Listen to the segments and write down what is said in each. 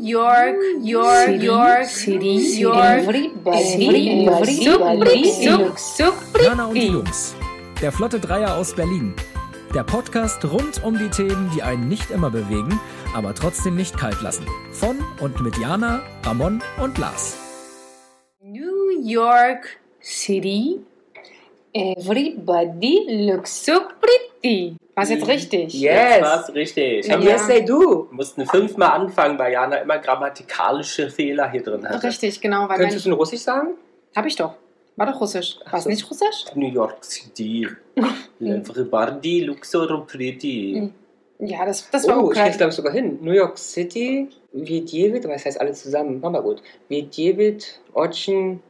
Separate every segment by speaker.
Speaker 1: York, York,
Speaker 2: City,
Speaker 1: York,
Speaker 2: City, City.
Speaker 1: York.
Speaker 2: Everybody, everybody
Speaker 1: Suck, suck,
Speaker 2: looks
Speaker 1: suck,
Speaker 3: Hörner und Jungs. Der Flotte Dreier aus Berlin. Der Podcast rund um die Themen, die einen nicht immer bewegen, aber trotzdem nicht kalt lassen. Von und mit Jana, Ramon und Lars.
Speaker 1: New York City.
Speaker 2: Everybody looks
Speaker 1: So pretty.
Speaker 2: Was
Speaker 4: Mm.
Speaker 2: jetzt richtig?
Speaker 5: Yes.
Speaker 6: Jetzt war's richtig. Ich
Speaker 5: Ja.
Speaker 6: hab-
Speaker 5: Yes, they do.
Speaker 6: mussten fünfmal anfangen, weil Jana immer grammatikalische Fehler hier drin hatte.
Speaker 2: Richtig, genau. Weil
Speaker 6: Könntest
Speaker 2: mein,
Speaker 6: du in Russisch sagen?
Speaker 2: hab ich doch. War doch Russisch. War es
Speaker 6: so.
Speaker 2: nicht Russisch?
Speaker 6: New York City. Everybody Luxor
Speaker 5: Mhm.
Speaker 6: Pretty.
Speaker 2: Ja, das, das war
Speaker 5: Oh, ich krieg's,
Speaker 2: Ukraine.
Speaker 5: glaube ich, sogar hin. New York City, Vidjevit, was heißt alles zusammen? Mach mal gut. Vidjevit, очень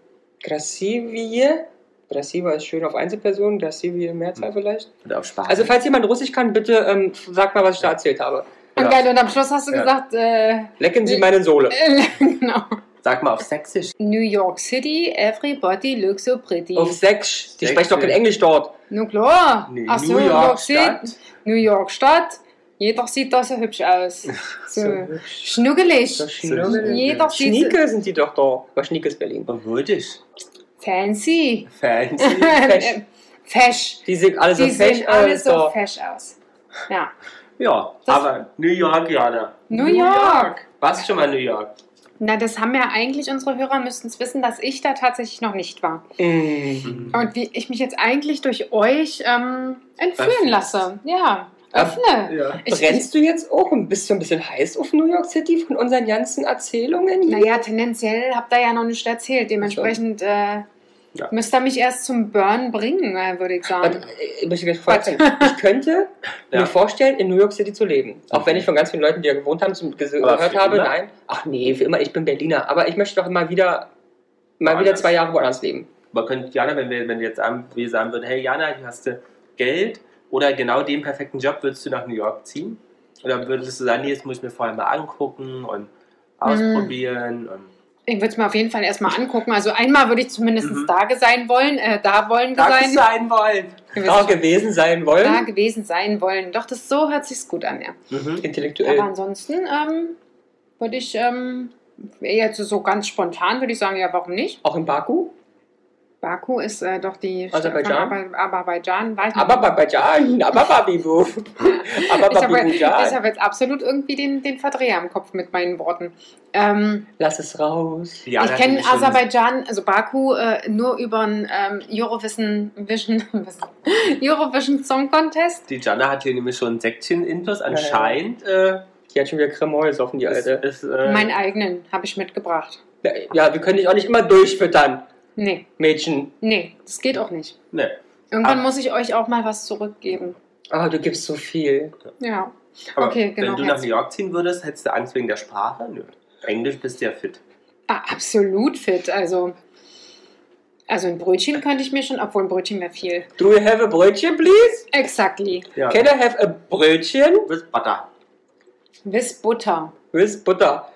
Speaker 5: красивые. Красиво ist schön auf Einzelpersonen, красивые Mehrzahl vielleicht.
Speaker 6: Oder auf Spanisch.
Speaker 5: Also, falls jemand Russisch kann, bitte ähm, sag mal, was ich da erzählt habe.
Speaker 6: Oder-
Speaker 2: Geil, und am Schluss hast du
Speaker 6: Ja.
Speaker 2: gesagt, äh,
Speaker 5: Lecken Sie meine Sohle.
Speaker 2: äh, genau.
Speaker 6: Sag mal auf Sächsisch.
Speaker 2: New York City, everybody looks so pretty.
Speaker 5: Auf Sechs. Die
Speaker 6: Sechs.
Speaker 5: sprechen doch kein Englisch dort.
Speaker 2: Nun klar.
Speaker 6: Nee,
Speaker 2: Ach so,
Speaker 6: New York
Speaker 2: City.
Speaker 6: Stadt.
Speaker 2: New York Stadt. Jeder sieht da so hübsch aus. So.
Speaker 5: hübsch.
Speaker 2: Schnuckelig.
Speaker 5: So
Speaker 2: Jeder sieht so
Speaker 5: Schnieke sind die doch da. Aber Schnieke ist Berlin.
Speaker 6: Und Würdisch.
Speaker 2: fancy.
Speaker 6: Fancy.
Speaker 5: Fesch.
Speaker 2: Fesch.
Speaker 5: Die sehen alle so
Speaker 2: Die
Speaker 5: fesch
Speaker 2: sehen alle
Speaker 5: aus.
Speaker 2: so
Speaker 5: So
Speaker 2: fesch aus. Ja.
Speaker 6: Ja,
Speaker 2: Das-
Speaker 6: aber New York, Jana.
Speaker 2: New York.
Speaker 6: Warst du schon mal in New York?
Speaker 2: Na, das haben ja eigentlich unsere Hörer müssten es wissen, dass ich da tatsächlich noch nicht war.
Speaker 5: Mm.
Speaker 2: Und wie ich mich jetzt eigentlich durch euch ähm, entführen
Speaker 6: Öffnest.
Speaker 2: lasse. Ja,
Speaker 5: Öff-
Speaker 2: öffne.
Speaker 6: Ja.
Speaker 2: Ich, ich,
Speaker 5: Brennst du jetzt auch ein bisschen, ein bisschen heiß auf New York City von unseren ganzen Erzählungen? hier?
Speaker 2: naja, tendenziell habt ihr ja noch nicht erzählt. Dementsprechend äh,
Speaker 6: Ja. Also-
Speaker 2: müsst ihr mich erst zum Burn bringen, äh, würde ich sagen.
Speaker 5: Warte, ich möchte gleich vorstellen. Ich könnte mir
Speaker 6: Ja.
Speaker 5: vorstellen, in New York City zu leben. Auch
Speaker 6: Okay.
Speaker 5: wenn ich von ganz vielen Leuten, die da gewohnt haben, zum, gese-
Speaker 6: Aber
Speaker 5: gehört
Speaker 6: für
Speaker 5: habe,
Speaker 6: immer?
Speaker 5: nein. Ach nee, für immer, ich bin Berliner. Aber ich möchte doch mal wieder, mal wieder
Speaker 6: Woanders.
Speaker 5: zwei Jahre woanders leben.
Speaker 6: Man könnte, Jana, wenn wir, wenn wir jetzt sagen, wir sagen würden, hey Jana, hier hast du Geld oder genau den perfekten Job, würdest du nach New York ziehen? Oder würdest du sagen, nee, das muss ich mir vorher mal angucken und ausprobieren und
Speaker 2: Ich würde es mir auf jeden Fall erstmal angucken. Also einmal würde ich zumindest
Speaker 6: Mhm.
Speaker 2: da sein wollen, äh, da wollen
Speaker 6: da
Speaker 2: sein.
Speaker 6: sein wollen?
Speaker 5: Da gewesen sein wollen.
Speaker 2: da gewesen sein wollen. Doch, das so hört sich's gut an, ja.
Speaker 6: Mhm.
Speaker 5: Intellektuell.
Speaker 2: Aber ansonsten ähm, würde ich ähm, jetzt so ganz spontan würde ich sagen, ja, warum nicht?
Speaker 5: Auch in Baku?
Speaker 2: Baku ist äh, doch die Stadt
Speaker 5: Aserbaidschan?
Speaker 2: von Aber- Aserbaidschan. War ich noch
Speaker 5: Aber
Speaker 2: nie.
Speaker 5: Babajan, aber Babibu. Aber
Speaker 2: ich habe ich
Speaker 5: Babibujan.
Speaker 2: hab jetzt absolut irgendwie den, den Verdreher im Kopf mit meinen Worten. Ähm,
Speaker 5: Lass es raus.
Speaker 6: Jana
Speaker 2: ich
Speaker 6: hat
Speaker 2: kenne
Speaker 6: nämlich schon-
Speaker 2: Aserbaidschan, also Baku, äh, nur über einen ähm, Eurovision, Vision, Eurovision Song Contest.
Speaker 6: Die Jana hat hier nämlich schon ein Säckchen Intus.
Speaker 5: ja.
Speaker 6: Anscheinend äh,
Speaker 5: Die hat schon wieder Cremol gesoffen, die
Speaker 6: ist,
Speaker 5: Alte.
Speaker 6: ist äh,
Speaker 2: Meinen eigenen habe ich mitgebracht.
Speaker 5: Ja, wir können dich auch nicht immer durchfüttern,
Speaker 2: Nee,
Speaker 5: Mädchen.
Speaker 2: nee, das geht auch nicht.
Speaker 6: ne.
Speaker 2: Irgendwann
Speaker 6: Ah.
Speaker 2: muss ich euch auch mal was zurückgeben.
Speaker 5: Ah, du gibst so viel.
Speaker 2: Ja.
Speaker 6: Aber
Speaker 2: Okay, genau,
Speaker 6: Wenn du
Speaker 2: jetzt.
Speaker 6: nach New York ziehen würdest, hättest du Angst wegen der Sprache? Nö. Englisch bist du ja fit.
Speaker 2: Ah, absolut fit. Also, also ein Brötchen könnte ich mir schon, obwohl ein Brötchen wäre viel.
Speaker 5: Do you have a Brötchen, please?
Speaker 2: Exactly.
Speaker 6: Ja.
Speaker 5: Can I have a Brötchen
Speaker 6: Du bist Butter.
Speaker 2: With Butter.
Speaker 5: with butter?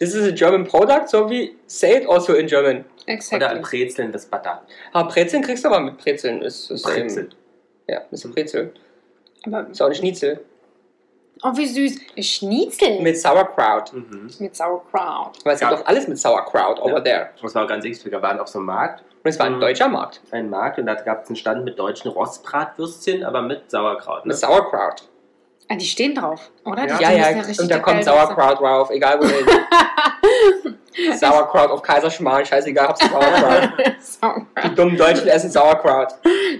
Speaker 5: This is a German product, so we say it also in German.
Speaker 6: Oder ein
Speaker 2: Exactly.
Speaker 6: Brezeln bist Butter.
Speaker 5: Ah, Brezeln kriegst du aber mit Brezeln. Ist, ist
Speaker 6: Brezel.
Speaker 5: Eben, ja, ist ein Brezel.
Speaker 2: Aber,
Speaker 5: Ist auch ein Schnitzel.
Speaker 2: oh, wie süß. Schnitzel mit,
Speaker 5: Mit Sauerkraut.
Speaker 6: Mhm.
Speaker 2: Sauerkraut.
Speaker 5: Weil es
Speaker 6: Ja.
Speaker 5: gibt auch alles mit Sauerkraut over
Speaker 6: Ja.
Speaker 5: there.
Speaker 6: Das war ganz x Wir waren auf so einem Markt,
Speaker 5: Und es war ein
Speaker 6: Mhm.
Speaker 5: deutscher Markt.
Speaker 6: einen Markt, und da gab es einen Stand mit deutschen Rostbratwürstchen, aber mit Sauerkraut. Ne?
Speaker 5: Mit Sauerkraut.
Speaker 2: Ah, die stehen drauf, oder?
Speaker 6: Ja.
Speaker 2: Die,
Speaker 5: Ja,
Speaker 2: die
Speaker 5: ja,
Speaker 2: müssen richtig
Speaker 5: und da kommt
Speaker 2: geil sein.
Speaker 5: Sauerkraut drauf, egal wo du hin. Sauerkraut auf Kaiserschmarrn, scheißegal, hab's Sauerkraut.
Speaker 2: Sauerkraut.
Speaker 5: Die dummen Deutschen essen Sauerkraut.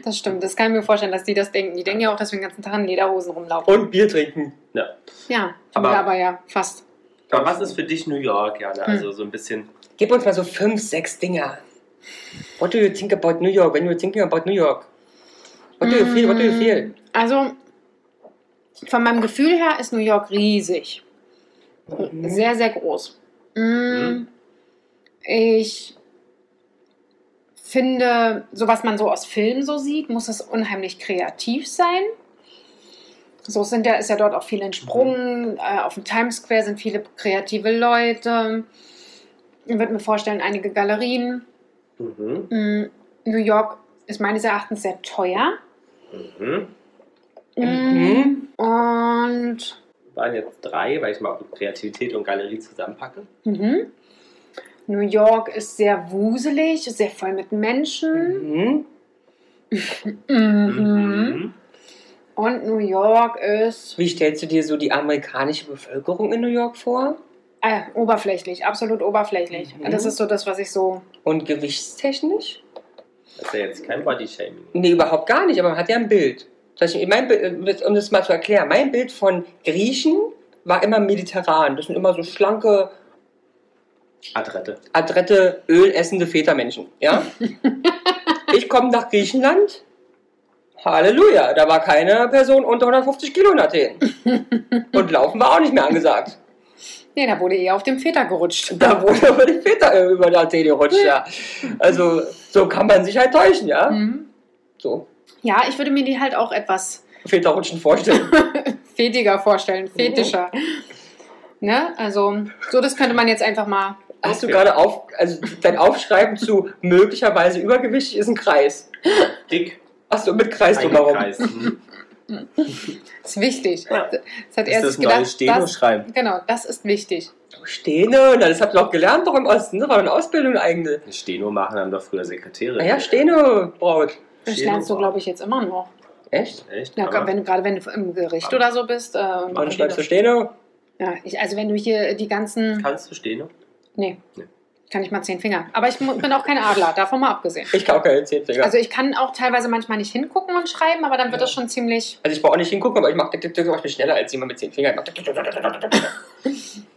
Speaker 2: Das stimmt, das kann ich mir vorstellen, dass die das denken. Die denken ja auch, dass wir den ganzen Tag in Lederhosen rumlaufen.
Speaker 5: Und Bier trinken.
Speaker 2: Ja,
Speaker 6: Aber-
Speaker 2: aber, aber ja, fast.
Speaker 6: Aber was ist für dich New York,
Speaker 2: Hm.
Speaker 6: Jana? Also so ein bisschen.
Speaker 5: Gib uns mal so fünf, sechs Dinger. What do you think about New York, when you're thinking about New York? What do you feel, what do you feel?
Speaker 2: Mm. Also, von meinem Gefühl her ist New York riesig. Sehr, sehr groß. Mm,
Speaker 6: Mhm.
Speaker 2: Ich finde, so was man so aus Filmen so sieht, muss es unheimlich kreativ sein. So sind ja, ist ja dort auch viel entsprungen. Äh, auf dem Times Square sind viele kreative Leute. Ich würde mir vorstellen, einige Galerien.
Speaker 6: Mhm.
Speaker 2: Mm, New York ist meines Erachtens sehr teuer.
Speaker 6: Mhm.
Speaker 5: Mhm.
Speaker 2: Und
Speaker 6: waren jetzt drei, weil ich mal auch Kreativität und Galerie zusammenpacke.
Speaker 2: Mhm. New York ist sehr wuselig, sehr voll mit Menschen.
Speaker 5: Mhm.
Speaker 2: Mhm. Und New York ist
Speaker 5: Wie stellst du dir so die amerikanische Bevölkerung in New York vor?
Speaker 2: äh, oberflächlich, absolut oberflächlich.
Speaker 5: Mhm.
Speaker 2: Das ist so das, was ich so.
Speaker 5: Und gewichtstechnisch?
Speaker 6: Das ist ja jetzt kein Bodyshaming.
Speaker 5: Nee, überhaupt gar nicht, aber man hat ja ein Bild. Zum Beispiel mein Bild, äh, um das mal zu erklären, mein Bild von Griechen war immer mediterran. Das sind immer so schlanke,
Speaker 6: Adrette.
Speaker 5: adrette, ölessende Vätermenschen. Ja? ich komme nach Griechenland. Halleluja, da war keine Person unter 150 Kilo in Athen. Und laufen war auch nicht mehr angesagt.
Speaker 2: Nee, da wurde eher auf dem Väter gerutscht.
Speaker 5: Da wurde aber die Väter äh, über die Athen gerutscht, ja. Also, so kann man sich halt täuschen, ja.
Speaker 2: Mhm.
Speaker 5: So,
Speaker 2: Ja, ich würde mir die halt auch etwas
Speaker 5: Väter rutschen vorstellen.
Speaker 2: fetiger
Speaker 6: Mhm.
Speaker 2: vorstellen, fetischer. Ne? Also, so das könnte man jetzt einfach mal.
Speaker 5: Hast du gerade auf, also dein Aufschreiben zu möglicherweise übergewichtig ist ein Kreis.
Speaker 6: Dick.
Speaker 5: Hast du mit Kreis drumherum.
Speaker 6: eingekreist. Mhm.
Speaker 2: Das ist wichtig.
Speaker 6: Ja.
Speaker 2: Das hat
Speaker 6: Ist
Speaker 2: er
Speaker 6: das
Speaker 2: sich
Speaker 6: ein neues
Speaker 2: gedacht.
Speaker 6: Steno
Speaker 2: Das,
Speaker 6: schreiben?
Speaker 2: genau, das ist wichtig.
Speaker 5: Stehne, na, das habt ihr auch gelernt doch im Osten, ne? War doch eine Ausbildung eine eigene.
Speaker 6: Eine Steno machen haben doch früher Sekretäre.
Speaker 5: Naja, Stehne, Braut.
Speaker 2: Das
Speaker 6: Steno
Speaker 2: lernst du,
Speaker 6: war-
Speaker 2: glaube ich, jetzt immer noch.
Speaker 5: Echt?
Speaker 6: Echt?
Speaker 2: Ja,
Speaker 6: Aber-
Speaker 2: wenn du, gerade wenn du im Gericht
Speaker 6: Aber-
Speaker 2: oder so bist. Äh, und-
Speaker 5: Wann schreibst du Stehne?
Speaker 2: ja, ich, also wenn du hier die ganzen.
Speaker 6: Kannst du Steno?
Speaker 2: nee,
Speaker 6: Nee.
Speaker 2: kann ich mal zehn Finger. Aber ich mu- bin auch kein Adler, davon mal abgesehen.
Speaker 5: Ich kann auch keine Zehnfinger. Also,
Speaker 2: Also ich kann auch teilweise manchmal nicht hingucken und schreiben, aber dann wird
Speaker 5: Ja.
Speaker 2: das schon ziemlich.
Speaker 5: Also ich brauche auch nicht hingucken, aber ich mache ich bin schneller als jemand mit zehn Fingern.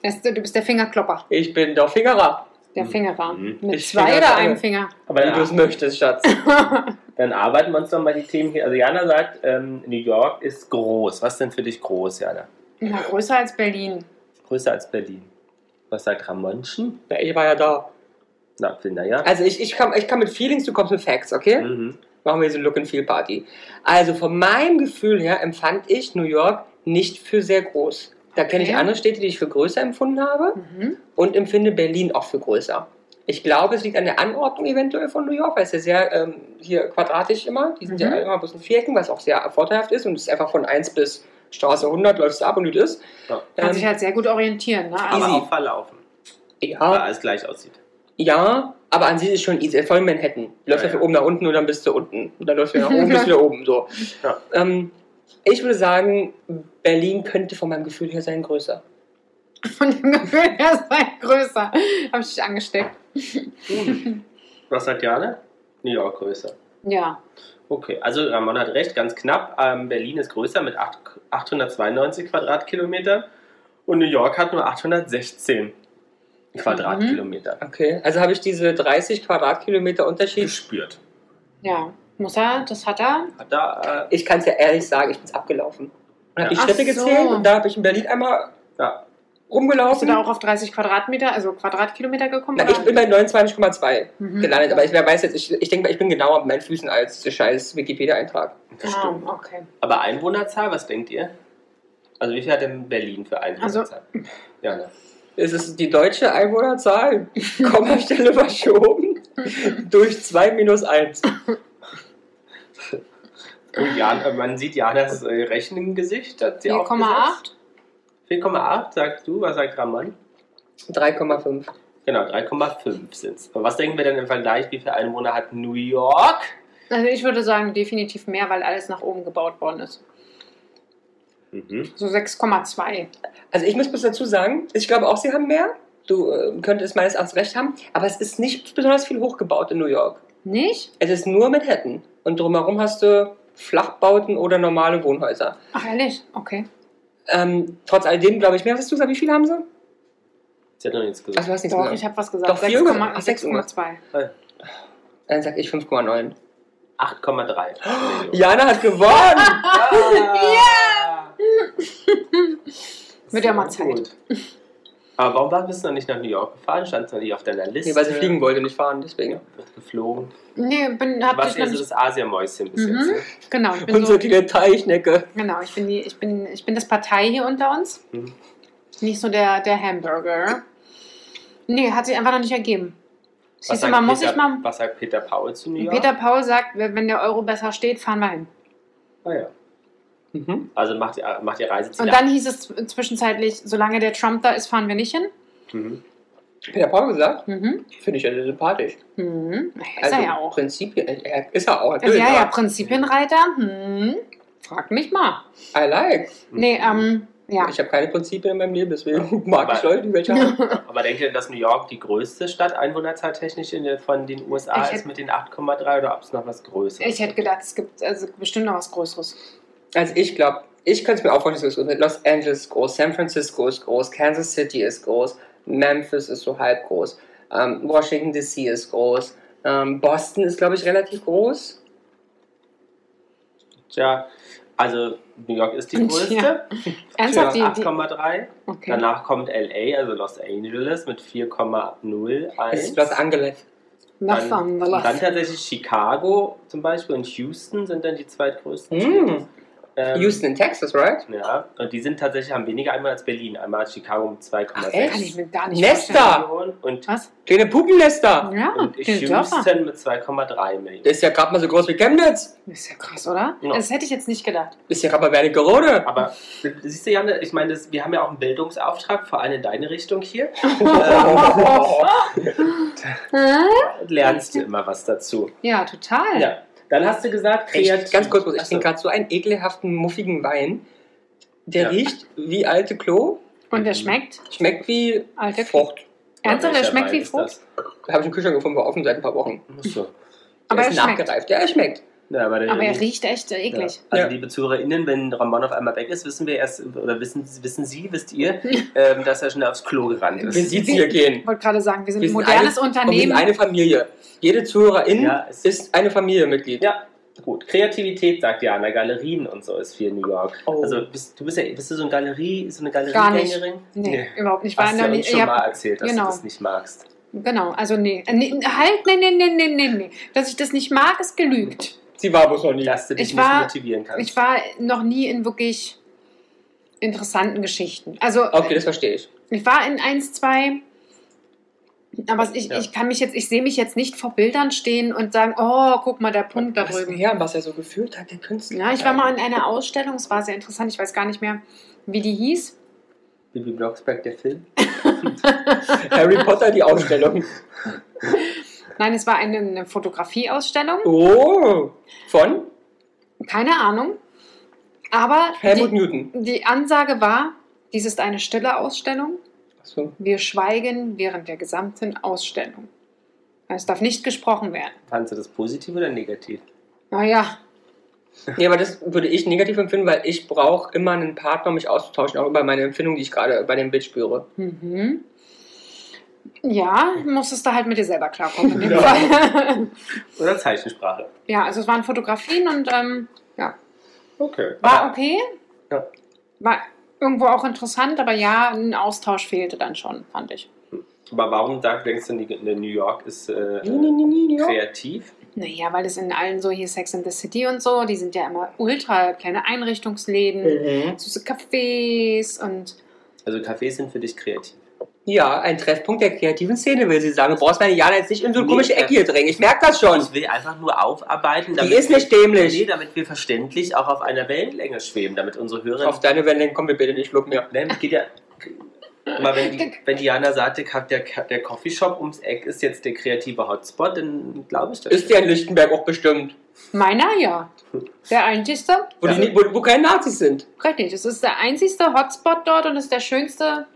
Speaker 2: Das, du bist der Fingerklopper,
Speaker 5: Ich bin der Fingerer,
Speaker 2: der
Speaker 6: Mhm.
Speaker 2: Fingerer.
Speaker 6: Mhm.
Speaker 2: Mit
Speaker 5: Ich halt
Speaker 2: zwei
Speaker 5: finger
Speaker 2: oder
Speaker 5: alle.
Speaker 2: einem Finger.
Speaker 6: Aber
Speaker 5: wenn du es
Speaker 6: dann,
Speaker 5: möchtest, Schatz.
Speaker 6: dann arbeiten wir uns doch mal die Themen hier. Also Jana sagt, ähm, New York ist groß. Was ist denn für dich groß, Jana?
Speaker 2: Na, größer als Berlin.
Speaker 6: Größer als Berlin. Was sagt Ramonchen?
Speaker 5: Na, ich war ja da.
Speaker 6: Na, Finder, ja.
Speaker 5: Also ich, ich, kann, ich kann mit Feelings, du kommst mit Facts, okay?
Speaker 6: Mhm.
Speaker 5: machen wir so eine Look-and-Feel-Party. Also von meinem Gefühl her empfand ich New York nicht für sehr groß. Da kenne ich
Speaker 2: Okay.
Speaker 5: andere Städte, die ich für größer empfunden habe
Speaker 2: Mhm.
Speaker 5: und empfinde Berlin auch für größer. Ich glaube, es liegt an der Anordnung eventuell von New York, weil es ja sehr ähm, hier quadratisch immer, die sind
Speaker 2: Mhm.
Speaker 5: ja immer ein bisschen Vierecken, was auch sehr vorteilhaft ist und es ist einfach von 1 bis Straße 100 läufst du ab und gut ist.
Speaker 6: Ja.
Speaker 2: Kann
Speaker 5: Ähm,
Speaker 2: sich halt sehr gut orientieren. Ne?
Speaker 6: Aber
Speaker 2: Also,
Speaker 6: auch verlaufen, weil
Speaker 5: ja,
Speaker 6: alles gleich aussieht.
Speaker 5: ja, aber an sich ist schon easy, voll Manhattan. Du läufst
Speaker 6: Ja,
Speaker 5: ja,
Speaker 6: ja.
Speaker 5: von oben nach unten und dann bist du unten. Und dann läufst du nach oben, bist du wieder oben. So.
Speaker 6: Ja.
Speaker 5: Ähm, ich würde sagen, Berlin könnte von meinem Gefühl her sein größer.
Speaker 2: von dem Gefühl her sei größer. Hab ich dich angesteckt.
Speaker 6: Was sagt Jana? New York größer.
Speaker 2: Ja.
Speaker 6: Okay, also Ramon hat recht, ganz knapp. Ähm, Berlin ist größer mit acht- 892 Quadratkilometern und New York hat nur 816 Quadratkilometer.
Speaker 5: Okay. Also habe ich diese 30 Quadratkilometer Unterschied.
Speaker 6: Gespürt.
Speaker 2: Ja. Muss er, das hat er.
Speaker 6: Hat da, äh,
Speaker 5: Ich kann es ja ehrlich sagen, ich bin es abgelaufen. Und habe
Speaker 6: Ja.
Speaker 5: die Schritte
Speaker 2: Ach so.
Speaker 5: gezählt und da habe ich in Berlin einmal
Speaker 6: ja,
Speaker 2: Bist du
Speaker 5: rumgelaufen.
Speaker 2: da auch auf 30 Quadratmeter, also Quadratkilometer gekommen?
Speaker 5: Na,
Speaker 2: oder?
Speaker 5: ich bin bei 29,2
Speaker 2: Mhm.
Speaker 5: gelandet, aber ich wer weiß jetzt, ich, ich denke mal, ich bin genauer mit meinen Füßen als der scheiß Wikipedia-Eintrag.
Speaker 6: das
Speaker 2: Ah,
Speaker 6: stimmt.
Speaker 2: okay.
Speaker 6: äh, Aber Einwohnerzahl, was denkt ihr? Also wie viel hat denn Berlin für Einwohnerzahl? ne. Jana.
Speaker 5: Es ist die deutsche Einwohnerzahl, Kommastelle verschoben, durch 2 minus 1.
Speaker 6: Und Jana, man sieht Janas äh, Rechnengesicht, hat sie auch
Speaker 2: 4,8?
Speaker 6: 4,8 sagst du, was sagt Ramon?
Speaker 5: 3,5.
Speaker 6: Genau, 3,5 sind es. Was denken wir denn im Vergleich, wie viele Einwohner hat New York?
Speaker 2: Also ich würde sagen, definitiv mehr, weil alles nach oben gebaut worden ist.
Speaker 6: Mhm.
Speaker 2: So 6,2.
Speaker 5: Also ich muss bloß dazu sagen, ich glaube auch, sie haben mehr. Du äh, könntest meines Erachtens recht haben. Aber es ist nicht besonders viel hochgebaut in New York.
Speaker 2: Nicht?
Speaker 5: Es ist nur Manhattan. Und drumherum hast du Flachbauten oder normale Wohnhäuser.
Speaker 2: Ach, ehrlich? Okay.
Speaker 5: Ähm, trotz alledem glaube ich mehr. Was hast du gesagt? Wie viele haben sie?
Speaker 6: Sie hat noch nichts
Speaker 5: Ach, du
Speaker 6: gesagt.
Speaker 5: hast nichts
Speaker 2: Doch, ich
Speaker 5: gesagt.
Speaker 2: habe was gesagt.
Speaker 5: Doch, vier Uhr.
Speaker 2: 6,2.
Speaker 5: Ach, sechs Uhr. Dann sag ich 5,9.
Speaker 6: 8,3.
Speaker 5: Jana hat gewonnen!
Speaker 6: Ja!
Speaker 2: Wird ja mal Zeit.
Speaker 6: Aber warum war- bist du noch nicht nach New York gefahren? Standst du noch nicht auf deiner Liste?
Speaker 5: nee, weil sie fliegen wollte, nicht fahren, deswegen.
Speaker 6: Wird geflogen.
Speaker 2: Nee, bin, hab
Speaker 6: Was
Speaker 2: dich noch
Speaker 6: ist
Speaker 2: nicht,
Speaker 6: das Asiamäuschen bis
Speaker 2: Mhm.
Speaker 6: jetzt? ne?
Speaker 2: genau, ich bin
Speaker 5: Unsere
Speaker 2: so,
Speaker 5: kleine Teichnecke.
Speaker 2: genau, ich bin die, ich bin, ich bin das Partei hier unter uns.
Speaker 6: Mhm.
Speaker 2: Nicht so der, der Hamburger. Nee, hat sich einfach noch nicht ergeben. Siehst du,
Speaker 6: sagt
Speaker 2: man muss
Speaker 6: Peter,
Speaker 2: sich mal.
Speaker 6: Was sagt Peter Paul zu New York?
Speaker 2: Peter Paul sagt, wenn der Euro besser steht, fahren wir hin.
Speaker 6: Ah, ja.
Speaker 5: Mhm.
Speaker 6: Also macht, ihr- macht ihr Reiseziele
Speaker 2: Und dann hieß es zw- zwischenzeitlich, solange der Trump da ist, fahren wir nicht hin.
Speaker 6: ab. Mhm.
Speaker 5: Peter Paul gesagt,
Speaker 2: Mhm.
Speaker 5: finde ich ja sympathisch. Also,
Speaker 2: Mhm. Ist er ja auch.
Speaker 5: Prinzipien, er ist er auch.
Speaker 2: Ja,
Speaker 5: natürlich,
Speaker 2: ja,
Speaker 5: aber
Speaker 2: Prinzipienreiter. Hm. Frag mich mal.
Speaker 5: I like.
Speaker 2: Nee, ähm, ja.
Speaker 5: Ich habe keine Prinzipien in meinem Leben, deswegen mag ich
Speaker 6: Aber-
Speaker 5: Leute, die welche haben.
Speaker 6: Aber denkt ihr, dass New York die größte Stadt einwohnerzahltechnisch in der, von den USA
Speaker 2: Ich
Speaker 6: ist
Speaker 2: hätt-
Speaker 6: mit den 8,3 oder ob es noch was Größeres
Speaker 2: Ich hätte gedacht, es gibt also bestimmt noch was Größeres.
Speaker 5: Also ich glaube, ich könnte es mir auch vorstellen, es ist Los Angeles ist groß, San Francisco ist groß, Kansas City ist groß, Memphis ist so halb groß, ähm, Washington DC ist groß, ähm, Boston ist, glaube ich, relativ groß.
Speaker 6: gibt? Tja, also New York ist die
Speaker 2: Tja.
Speaker 6: größte,
Speaker 2: Ernsthaft?
Speaker 5: Ja,
Speaker 2: die, die,
Speaker 6: 8,3.
Speaker 2: okay.
Speaker 6: Danach kommt LA, also Los Angeles mit
Speaker 5: Das ist Los
Speaker 6: 4,01.
Speaker 5: Angeles.
Speaker 2: Nach
Speaker 6: Dann,
Speaker 2: vorne,
Speaker 6: und
Speaker 2: los.
Speaker 6: dann tatsächlich Chicago zum Beispiel und Houston sind dann die zweitgrößten.
Speaker 5: Mm.
Speaker 6: Ähm,
Speaker 5: Houston in Texas, right?
Speaker 6: Ja, und die sind tatsächlich, haben weniger Einwohner als Berlin. Einmal hat Chicago mit
Speaker 5: Ach,
Speaker 6: 2,6
Speaker 5: echt?
Speaker 2: Kann ich mir gar nicht
Speaker 5: Nester.
Speaker 2: vorstellen.
Speaker 6: Millionen und,
Speaker 2: Was?
Speaker 5: Kleine Pupennester.
Speaker 2: Ja,
Speaker 6: und
Speaker 2: die Dörfer.
Speaker 6: Houston mit 2,3 Millionen.
Speaker 5: Ah, Das ist ja gerade mal so groß wie Chemnitz.
Speaker 2: Das ist ja krass, oder?
Speaker 6: Ja.
Speaker 2: Das hätte ich jetzt nicht gedacht.
Speaker 5: Das ist ja gerade mal Wernigerode.
Speaker 6: Aber äh, siehst du, Janne, ich meine, das- wir haben ja auch einen Bildungsauftrag, vor allem in deine Richtung hier. Ähm, Lernst du immer was dazu.
Speaker 2: Ja, total.
Speaker 6: Ja. Dann hast du gesagt,
Speaker 5: Echt, ganz kurz, ich
Speaker 6: Achso.
Speaker 5: trinke gerade so einen ekelhaften, muffigen Wein. Der
Speaker 6: Ja.
Speaker 5: riecht wie alte Klo,
Speaker 2: Und der
Speaker 6: Mhm.
Speaker 2: schmeckt?
Speaker 5: schmeckt wie
Speaker 2: Alter Klo.
Speaker 5: Frucht.
Speaker 2: Ernsthaft, der
Speaker 6: Welcher
Speaker 2: schmeckt
Speaker 6: Wein
Speaker 2: wie
Speaker 6: ist
Speaker 2: Frucht?
Speaker 6: das?
Speaker 5: Habe ich im Kühlschrank gefunden, war offen seit ein paar Wochen.
Speaker 6: Ach so.
Speaker 5: Der
Speaker 2: Aber
Speaker 5: ist
Speaker 2: er schmeckt.
Speaker 5: nachgereift. Ja, er schmeckt.
Speaker 6: Ja, aber, der,
Speaker 2: Aber er riecht echt äh,
Speaker 6: Ja.
Speaker 2: eklig.
Speaker 6: Also
Speaker 5: Ja.
Speaker 6: liebe ZuhörerInnen, wenn Ramon auf einmal weg ist, wissen wir erst, oder wissen, wissen Sie, wisst ihr, ähm, dass er schon aufs Klo gerannt
Speaker 5: Wir
Speaker 6: ist.
Speaker 5: sieht hier
Speaker 2: Ich
Speaker 5: gehen.
Speaker 2: wollte gerade sagen, wir sind
Speaker 5: Wir
Speaker 2: ein
Speaker 5: sind
Speaker 2: modernes
Speaker 5: Und wir sind
Speaker 2: Unternehmen.
Speaker 5: eine Familie. Jede Zuhörerin
Speaker 6: Ja, es-
Speaker 5: ist eine Familienmitglied.
Speaker 6: Ja, gut. Kreativität, sagt Jana, Galerien und so ist viel in New York.
Speaker 5: Oh.
Speaker 6: Also bist, du bist ja bist du so eine Galerie, so eine
Speaker 2: Gar nicht.
Speaker 6: Galeriegängerin?
Speaker 2: nee, überhaupt nicht. War
Speaker 6: Hast du ja
Speaker 2: noch nie,
Speaker 6: uns schon
Speaker 2: ich hab-
Speaker 6: mal erzählt, dass
Speaker 2: genau.
Speaker 6: du das nicht magst.
Speaker 2: Genau, also nee. Äh, nee. Halt, nee, nee, nee, nee, nee, nee. Dass ich das nicht mag, ist gelügt.
Speaker 5: Sie war bloß noch nie.
Speaker 6: Dass du dich
Speaker 2: Ich war-
Speaker 6: nicht motivieren kannst.
Speaker 2: Ich war noch nie in wirklich interessanten Geschichten. Also
Speaker 5: Okay, das verstehe ich.
Speaker 2: ich war in eins, zwei, aber ich,
Speaker 6: Ja.
Speaker 2: ich kann mich jetzt, ich sehe mich jetzt nicht vor Bildern stehen und sagen, oh, guck mal, der Punkt da
Speaker 5: Was,
Speaker 2: drüben.
Speaker 5: ja, was er so gefühlt hat, der Künstler.
Speaker 2: Ja, ich war mal in einer Ausstellung, es war sehr interessant, ich weiß gar nicht mehr, wie die hieß.
Speaker 6: Bibi Blocksberg, der Film.
Speaker 5: Harry Potter, die Ausstellung.
Speaker 2: Nein, es war eine, eine Fotografieausstellung,
Speaker 5: Oh, von
Speaker 2: keine Ahnung. Aber
Speaker 5: Helmut
Speaker 2: die,
Speaker 5: Newton.
Speaker 2: die Ansage war, dies ist eine stille Ausstellung.
Speaker 5: Achso.
Speaker 2: Wir schweigen während der gesamten Ausstellung. Es darf nicht gesprochen werden.
Speaker 6: Fandst du das positiv oder negativ?
Speaker 2: Naja,
Speaker 5: Nee, aber das würde ich negativ empfinden, weil ich brauche immer einen Partner, um mich auszutauschen, auch über meine Empfindung, die ich gerade bei dem Bild spüre.
Speaker 2: mhm. ja, musstest du halt mit dir selber klarkommen. In dem
Speaker 6: Ja.
Speaker 2: Fall.
Speaker 6: Oder Zeichensprache?
Speaker 2: ja, also es waren Fotografien und ähm,
Speaker 6: Okay.
Speaker 2: war
Speaker 6: Aber
Speaker 2: okay.
Speaker 6: Ja.
Speaker 2: War irgendwo auch interessant, aber ja, ein Austausch fehlte dann schon, fand ich.
Speaker 6: aber warum sag- denkst du, ne, New York ist äh, kreativ?
Speaker 2: Naja, weil es in allen so hier Sex in the City und so, die sind ja immer ultra kleine Einrichtungsläden,
Speaker 5: Mhm.
Speaker 2: süße Cafés und
Speaker 6: Also Cafés sind für dich kreativ.
Speaker 5: Ja, ein Treffpunkt der kreativen Szene, will sie sagen. Du brauchst meine Jana jetzt nicht in so eine
Speaker 6: Nee,
Speaker 5: komische
Speaker 6: äh,
Speaker 5: Ecke hier drängen. Ich merke das schon.
Speaker 6: Ich will einfach nur aufarbeiten,
Speaker 5: Die ist nicht
Speaker 6: Nee,
Speaker 5: dämlich.
Speaker 6: damit wir verständlich auch auf einer Wellenlänge schweben, damit unsere Hörer
Speaker 5: Auf deine Welle kommen wir bitte nicht, look mir.
Speaker 6: Ne, geht ja. Mal wenn, die, wenn Diana sagte, ka- der, Ka- der Coffeeshop ums Eck ist jetzt der kreative Hotspot, dann glaube ich das.
Speaker 5: Ist der in Lichtenberg auch bestimmt.
Speaker 2: meiner ja. Der einzigste,
Speaker 5: Wo, die,
Speaker 6: Ja.
Speaker 5: ni- wo, wo keine Nazis sind.
Speaker 2: richtig, es ist der einzigste Hotspot dort und ist der schönste,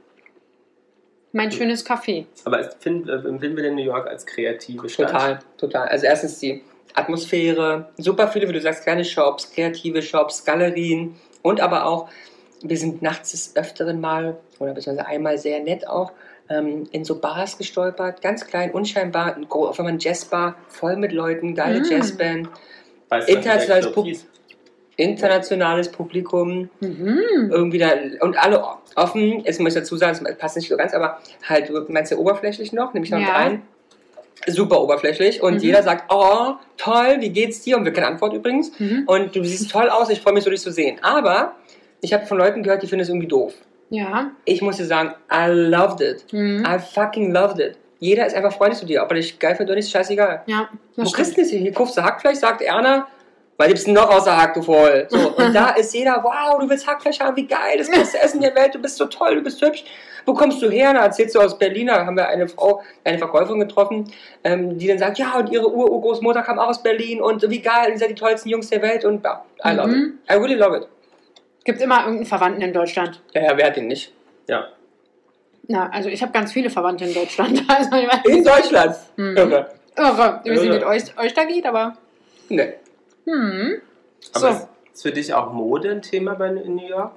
Speaker 2: mein schönes Café.
Speaker 6: Aber es find, äh, empfinden wir denn New York als kreative Stadt?
Speaker 5: Total, total. Also erstens die Atmosphäre, super viele, wie du sagst, kleine Shops, kreative Shops, Galerien und aber auch, wir sind nachts des Öfteren mal oder beziehungsweise einmal sehr nett auch ähm, in so Bars gestolpert, ganz klein, unscheinbar, ein gro- auf einmal eine Jazzbar, voll mit Leuten, geile
Speaker 2: Mm.
Speaker 5: Jazzband,
Speaker 6: Weißt du, was der
Speaker 5: Internationales
Speaker 6: Club
Speaker 5: Pub-
Speaker 6: hieß?
Speaker 5: internationales Publikum,
Speaker 2: Mhm.
Speaker 5: irgendwie da und alle offen, jetzt muss ich dazu sagen, es passt nicht so ganz, aber halt, du meinst ja oberflächlich noch, nehme ich noch mit
Speaker 2: Ja.
Speaker 5: ein. Super oberflächlich und
Speaker 2: Mhm.
Speaker 5: jeder sagt, oh, toll, wie geht's dir? Und wir keine Antwort übrigens.
Speaker 2: Mhm.
Speaker 5: Und du siehst toll aus, ich freue mich so, dich zu sehen. Aber ich habe von Leuten gehört, die finden es irgendwie doof.
Speaker 2: Ja.
Speaker 5: Ich muss dir sagen, I loved it.
Speaker 2: Mhm.
Speaker 5: I fucking loved it. Jeder ist einfach freundlich zu dir, ob er dich geil findet oder nicht, ist scheißegal.
Speaker 2: Ja,
Speaker 5: Wo
Speaker 2: das
Speaker 5: kriegst
Speaker 2: stimmt.
Speaker 5: du das hier? Hier kaufst du Hackfleisch, sagt Erna. Was gibt's denn noch außer Hack, du voll? So, und da ist jeder, wow, du willst Hackfleisch haben, wie geil, das beste Essen der Welt, du bist so toll, du bist hübsch. Wo kommst du her? Na, erzählst du aus Berlin, da haben wir eine Frau, eine Verkäuferin getroffen, ähm, die dann sagt, ja, und ihre Ur-Urgroßmutter kam auch aus Berlin und wie geil, ihr seid die tollsten Jungs der Welt und ja, I love
Speaker 2: Mhm.
Speaker 5: it. I really love it.
Speaker 2: Gibt immer irgendeinen Verwandten in Deutschland.
Speaker 5: Ja, ja, wer hat den nicht?
Speaker 6: Ja.
Speaker 2: Na, also ich habe ganz viele Verwandte in Deutschland. Also, ich weiß,
Speaker 5: In Deutschland!
Speaker 2: hm.
Speaker 5: Irre.
Speaker 2: Irre. Ich weiß nicht,
Speaker 6: Irre.
Speaker 2: mit euch, euch da geht, aber.
Speaker 5: Nee.
Speaker 2: Hm.
Speaker 6: Aber
Speaker 2: So.
Speaker 6: ist, ist für dich auch Mode ein Thema bei, in New York?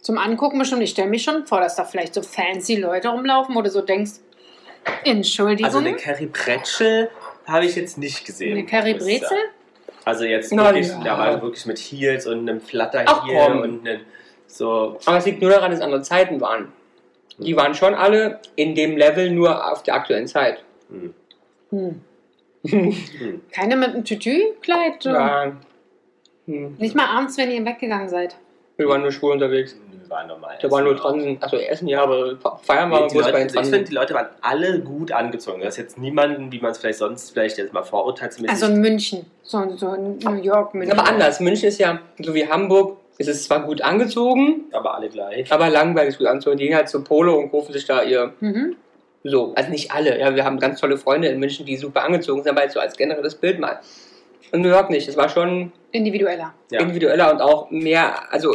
Speaker 2: Zum Angucken bestimmt. Ich stelle mich schon vor, dass da vielleicht so fancy Leute rumlaufen oder so denkst. Entschuldigung.
Speaker 6: Also eine Carrie Bretschel habe ich jetzt nicht gesehen.
Speaker 2: eine Curry
Speaker 6: muss ich
Speaker 2: Brezel?
Speaker 6: sagen. Also jetzt
Speaker 5: Na
Speaker 6: wirklich,
Speaker 5: ja.
Speaker 6: da war wirklich mit Heels und einem
Speaker 5: Ach,
Speaker 6: Flatter-Heel
Speaker 5: komm.
Speaker 6: und einem, so.
Speaker 5: Aber es liegt nur daran, dass andere Zeiten waren. Die waren schon alle in dem Level nur auf der aktuellen Zeit.
Speaker 6: Hm.
Speaker 2: Hm.
Speaker 6: Hm.
Speaker 2: Keine mit einem Tütü-Kleid.
Speaker 5: Ja. Hm.
Speaker 2: Nicht mal abends, wenn ihr weggegangen seid.
Speaker 5: Wir waren nur schwul unterwegs.
Speaker 6: Nö, War normal.
Speaker 5: Da waren nur Transen. Achso, Essen ja, aber feiern
Speaker 6: Nee,
Speaker 5: waren wir
Speaker 6: die
Speaker 5: bloß
Speaker 6: Leute,
Speaker 5: bei
Speaker 6: also ich
Speaker 5: den
Speaker 6: finde,
Speaker 5: Transen.
Speaker 6: die Leute waren alle gut angezogen. Das ist jetzt niemanden, wie man es vielleicht sonst vielleicht jetzt mal vorurteilsmäßig.
Speaker 2: Also in München. So, so in New York, München.
Speaker 5: Aber anders. München ist ja so wie Hamburg. Es ist zwar gut angezogen,
Speaker 6: aber alle gleich.
Speaker 5: aber langweilig gut angezogen. Die gehen halt zum Polo und rufen sich da ihr
Speaker 2: Mhm.
Speaker 5: so. Also nicht alle. Ja, wir haben ganz tolle Freunde in München, die super angezogen sind, aber jetzt so als generelles Bild mal. In New York nicht. Es war schon
Speaker 2: Individueller.
Speaker 6: Ja.
Speaker 5: individueller und auch mehr, also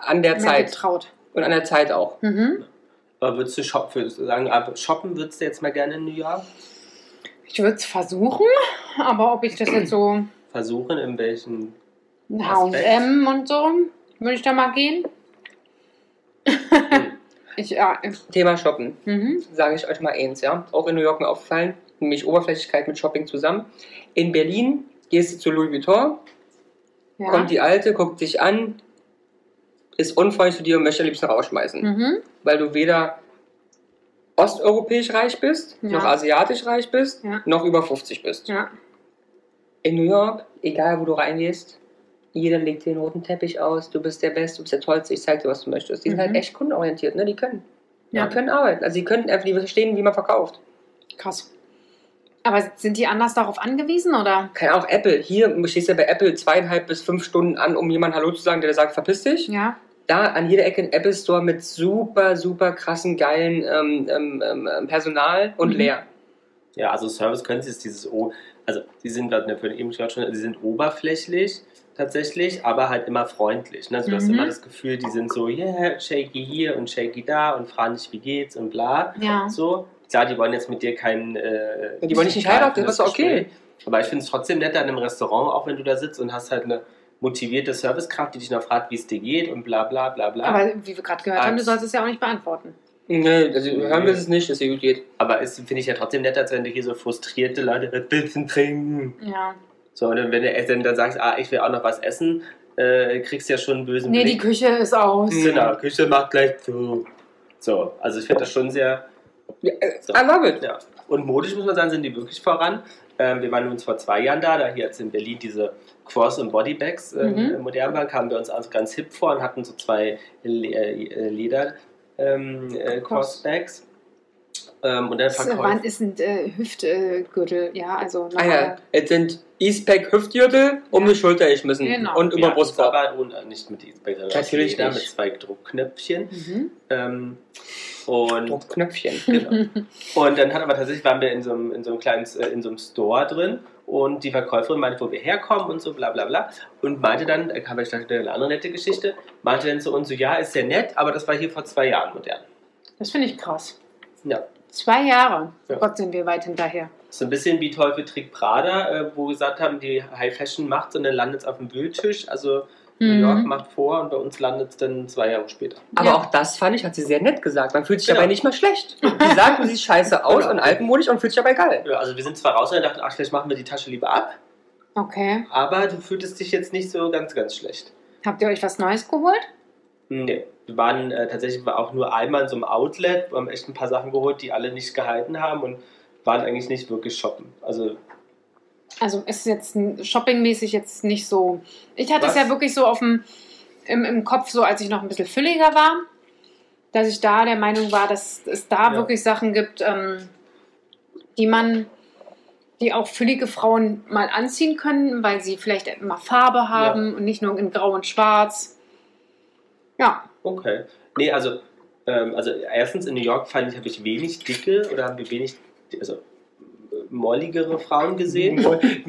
Speaker 5: an der
Speaker 2: Mehr
Speaker 5: Zeit
Speaker 2: getraut.
Speaker 5: und an der Zeit auch.
Speaker 2: Mhm.
Speaker 6: Aber würdest du shoppen, würdest du sagen, ab- shoppen würdest du jetzt mal gerne in New York?
Speaker 2: Ich würde es versuchen, aber ob ich das jetzt so
Speaker 6: Versuchen, in welchen.
Speaker 2: in
Speaker 6: Aspekt.
Speaker 2: H&M und so, würde ich da mal gehen.
Speaker 6: Hm.
Speaker 2: Ich, ja,
Speaker 5: Thema Shoppen.
Speaker 2: mhm.
Speaker 5: sage ich euch mal eins, ja. Auch in New York mir aufgefallen, nämlich Oberflächlichkeit mit Shopping zusammen. In Berlin gehst du zu Louis Vuitton,
Speaker 2: ja.
Speaker 5: kommt die Alte, guckt dich an, ist unfreundlich zu dir und möchte am liebsten rausschmeißen.
Speaker 2: Mhm.
Speaker 5: Weil du weder osteuropäisch reich bist,
Speaker 2: Ja.
Speaker 5: noch asiatisch reich bist,
Speaker 2: Ja.
Speaker 5: noch über 50 bist.
Speaker 2: Ja.
Speaker 5: In New York, egal wo du reingehst, jeder legt dir den roten Teppich aus, du bist der Beste, du bist der Tollste, ich zeig dir, was du möchtest. Die sind
Speaker 2: Mhm.
Speaker 5: halt echt kundenorientiert, ne? Die können.
Speaker 2: Ja.
Speaker 5: Die können arbeiten. Also die können einfach, die verstehen, wie man verkauft.
Speaker 2: Krass. Aber sind die anders darauf angewiesen oder?
Speaker 5: Keine Ahnung, Apple. Hier stehst du ja bei Apple zweieinhalb bis fünf Stunden an, um jemand Hallo zu sagen, der dir sagt, verpiss dich.
Speaker 2: Ja.
Speaker 5: Da an jeder Ecke ein Apple Store mit super, super krassen, geilen ähm, ähm, ähm, ähm, Personal und
Speaker 2: Mhm.
Speaker 5: leer.
Speaker 6: Ja, also Service können sie es dieses O. Also, die sind, was wir eben gerade schon, sie sind oberflächlich tatsächlich, aber halt immer freundlich. Ne? Also, du hast
Speaker 2: Mhm.
Speaker 6: immer das Gefühl, die sind so, yeah, shaky hier und shaky da und fragen dich, wie geht's und bla.
Speaker 2: Ja.
Speaker 6: So. Klar, die wollen jetzt mit dir keinen. Äh,
Speaker 5: Ja, die wollen dich nicht heiraten, das ist doch okay.
Speaker 6: Gespräch. Aber ich finde es trotzdem nett an einem Restaurant, auch wenn du da sitzt und hast halt eine motivierte Servicekraft, die dich noch fragt, wie es dir geht und bla bla bla bla. Aber,
Speaker 2: Aber wie wir gerade gehört haben, du
Speaker 6: Als-
Speaker 2: sollst es ja auch nicht beantworten.
Speaker 5: Nee, also hören wir
Speaker 6: Nee.
Speaker 5: es nicht, dass es gut geht.
Speaker 6: es finde ich ja trotzdem nett, als wenn du hier so frustrierte Leute mit Bitzen trinken.
Speaker 2: Ja.
Speaker 6: So, und dann, wenn du dann, dann sagst, ah, ich will auch noch was essen, äh, kriegst ja schon einen bösen
Speaker 2: Nee, die
Speaker 6: Blick.
Speaker 2: Küche ist aus.
Speaker 5: Mhm.
Speaker 6: genau, Küche macht gleich zu. So, also ich finde das schon sehr.
Speaker 5: Ja, äh,
Speaker 6: So.
Speaker 5: I love it.
Speaker 6: Ja. Und modisch muss man sagen, sind die wirklich voran. Ähm, wir waren uns vor zwei Jahren da, da hier jetzt in Berlin diese Cross- und Bodybags ähm,
Speaker 2: Mhm.
Speaker 6: äh, modern waren, kamen wir uns also ganz hip vor und hatten so zwei Le äh, Leder ähm, äh, Crossbags. Ähm, und dann
Speaker 2: Das äh, Wand
Speaker 6: verkauft.
Speaker 2: ist ein äh, Hüftgürtel, ja, also
Speaker 5: Ah ja,
Speaker 2: normale-
Speaker 5: es sind Eastpack Hüftgürtel um
Speaker 2: Ja.
Speaker 5: die Schulter ich müssen
Speaker 2: Genau.
Speaker 5: und über
Speaker 6: Ja,
Speaker 5: Brustkorb.
Speaker 6: aber ohne, nicht mit E-Bike, sondern
Speaker 5: Natürlich
Speaker 6: aus Leder
Speaker 5: nicht.
Speaker 6: mit zwei Druckknöpfchen.
Speaker 2: Mhm.
Speaker 6: Ähm, und
Speaker 5: Oh, Knöpfchen.
Speaker 6: Genau. Und dann hat aber tatsächlich waren wir in so einem, in so einem kleinen äh, in so einem Store drin und die Verkäuferin meinte, wo wir herkommen und so bla bla bla. Und meinte dann, äh, kam ich dachte, eine andere nette Geschichte, meinte dann zu uns so, ja, ist sehr nett, aber das war hier vor zwei Jahren modern.
Speaker 2: Das finde ich krass.
Speaker 6: Ja.
Speaker 2: Zwei Jahre.
Speaker 6: Ja.
Speaker 2: Gott, sind wir weit hinterher.
Speaker 6: So ein bisschen wie Teufel Trick Prada, äh, wo gesagt haben, die High Fashion macht und dann landet es auf dem Wühltisch. Also New York
Speaker 2: Mhm.
Speaker 6: macht vor und bei uns landet es dann zwei Jahre später.
Speaker 5: Aber
Speaker 2: Ja.
Speaker 5: auch das fand ich, hat sie sehr nett gesagt. Man fühlt sich
Speaker 6: Genau.
Speaker 5: dabei nicht mal schlecht. Die sagt, du siehst scheiße aus
Speaker 6: Genau.
Speaker 5: und altmodisch und fühlt sich dabei geil.
Speaker 6: Ja, also wir sind zwar raus und dachten, ach, vielleicht machen wir die Tasche lieber ab,
Speaker 2: Okay.
Speaker 6: aber du fühltest dich jetzt nicht so ganz, ganz schlecht.
Speaker 2: Habt ihr euch was Neues geholt?
Speaker 6: Nee, Hm, wir waren äh, tatsächlich war auch nur einmal in so einem Outlet, wir haben echt ein paar Sachen geholt, die alle nicht gehalten haben und waren eigentlich nicht wirklich shoppen. Also,
Speaker 2: Also ist jetzt n- shoppingmäßig jetzt nicht so. Ich hatte es
Speaker 6: Was?
Speaker 2: ja wirklich so auf dem, im, im Kopf, so als ich noch ein bisschen fülliger war, dass ich da der Meinung war, dass es da
Speaker 6: Ja.
Speaker 2: wirklich Sachen gibt, ähm, die man die auch füllige Frauen mal anziehen können, weil sie vielleicht mal Farbe haben und nicht nur in Grau und Schwarz. Ja,
Speaker 6: Okay. Nee, also, ähm, also erstens in New York fand ich, habe ich wenig dicke oder haben wir wenig, also äh, molligere Frauen gesehen.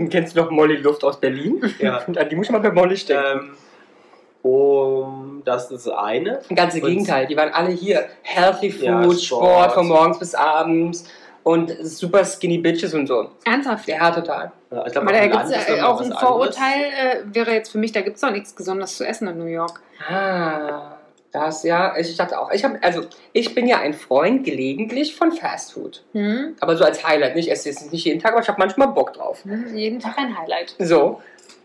Speaker 5: Kennst du noch Molly Luft aus Berlin?
Speaker 6: ja.
Speaker 5: Und an die muss ich mal bei Molly stecken.
Speaker 6: Ähm, um, das ist das eine.
Speaker 5: Ganz im
Speaker 6: Und-
Speaker 5: Gegenteil, die waren alle hier. Healthy Food,
Speaker 6: Ja,
Speaker 5: Sport.
Speaker 6: Sport.
Speaker 5: von morgens bis abends und super skinny Bitches und so.
Speaker 2: ernsthaft.
Speaker 5: Ja, total.
Speaker 6: Ja, Ich glaub,
Speaker 2: Aber da
Speaker 6: auf dem
Speaker 2: gibt es
Speaker 6: Land ist doch
Speaker 2: äh,
Speaker 6: noch
Speaker 2: auch
Speaker 6: was
Speaker 2: ein
Speaker 6: anderes.
Speaker 2: Vorurteil, äh, wäre jetzt für mich, da gibt es doch nichts Besonderes zu essen in New York.
Speaker 5: Ah, das ja, ich dachte auch. Ich hab, also, ich bin ja ein Freund gelegentlich von Fast Food.
Speaker 2: Hm?
Speaker 5: Aber so als Highlight. nicht. Ich esse jetzt nicht jeden Tag, aber ich habe manchmal Bock drauf.
Speaker 2: Hm, Jeden Tag ein Highlight.
Speaker 5: So,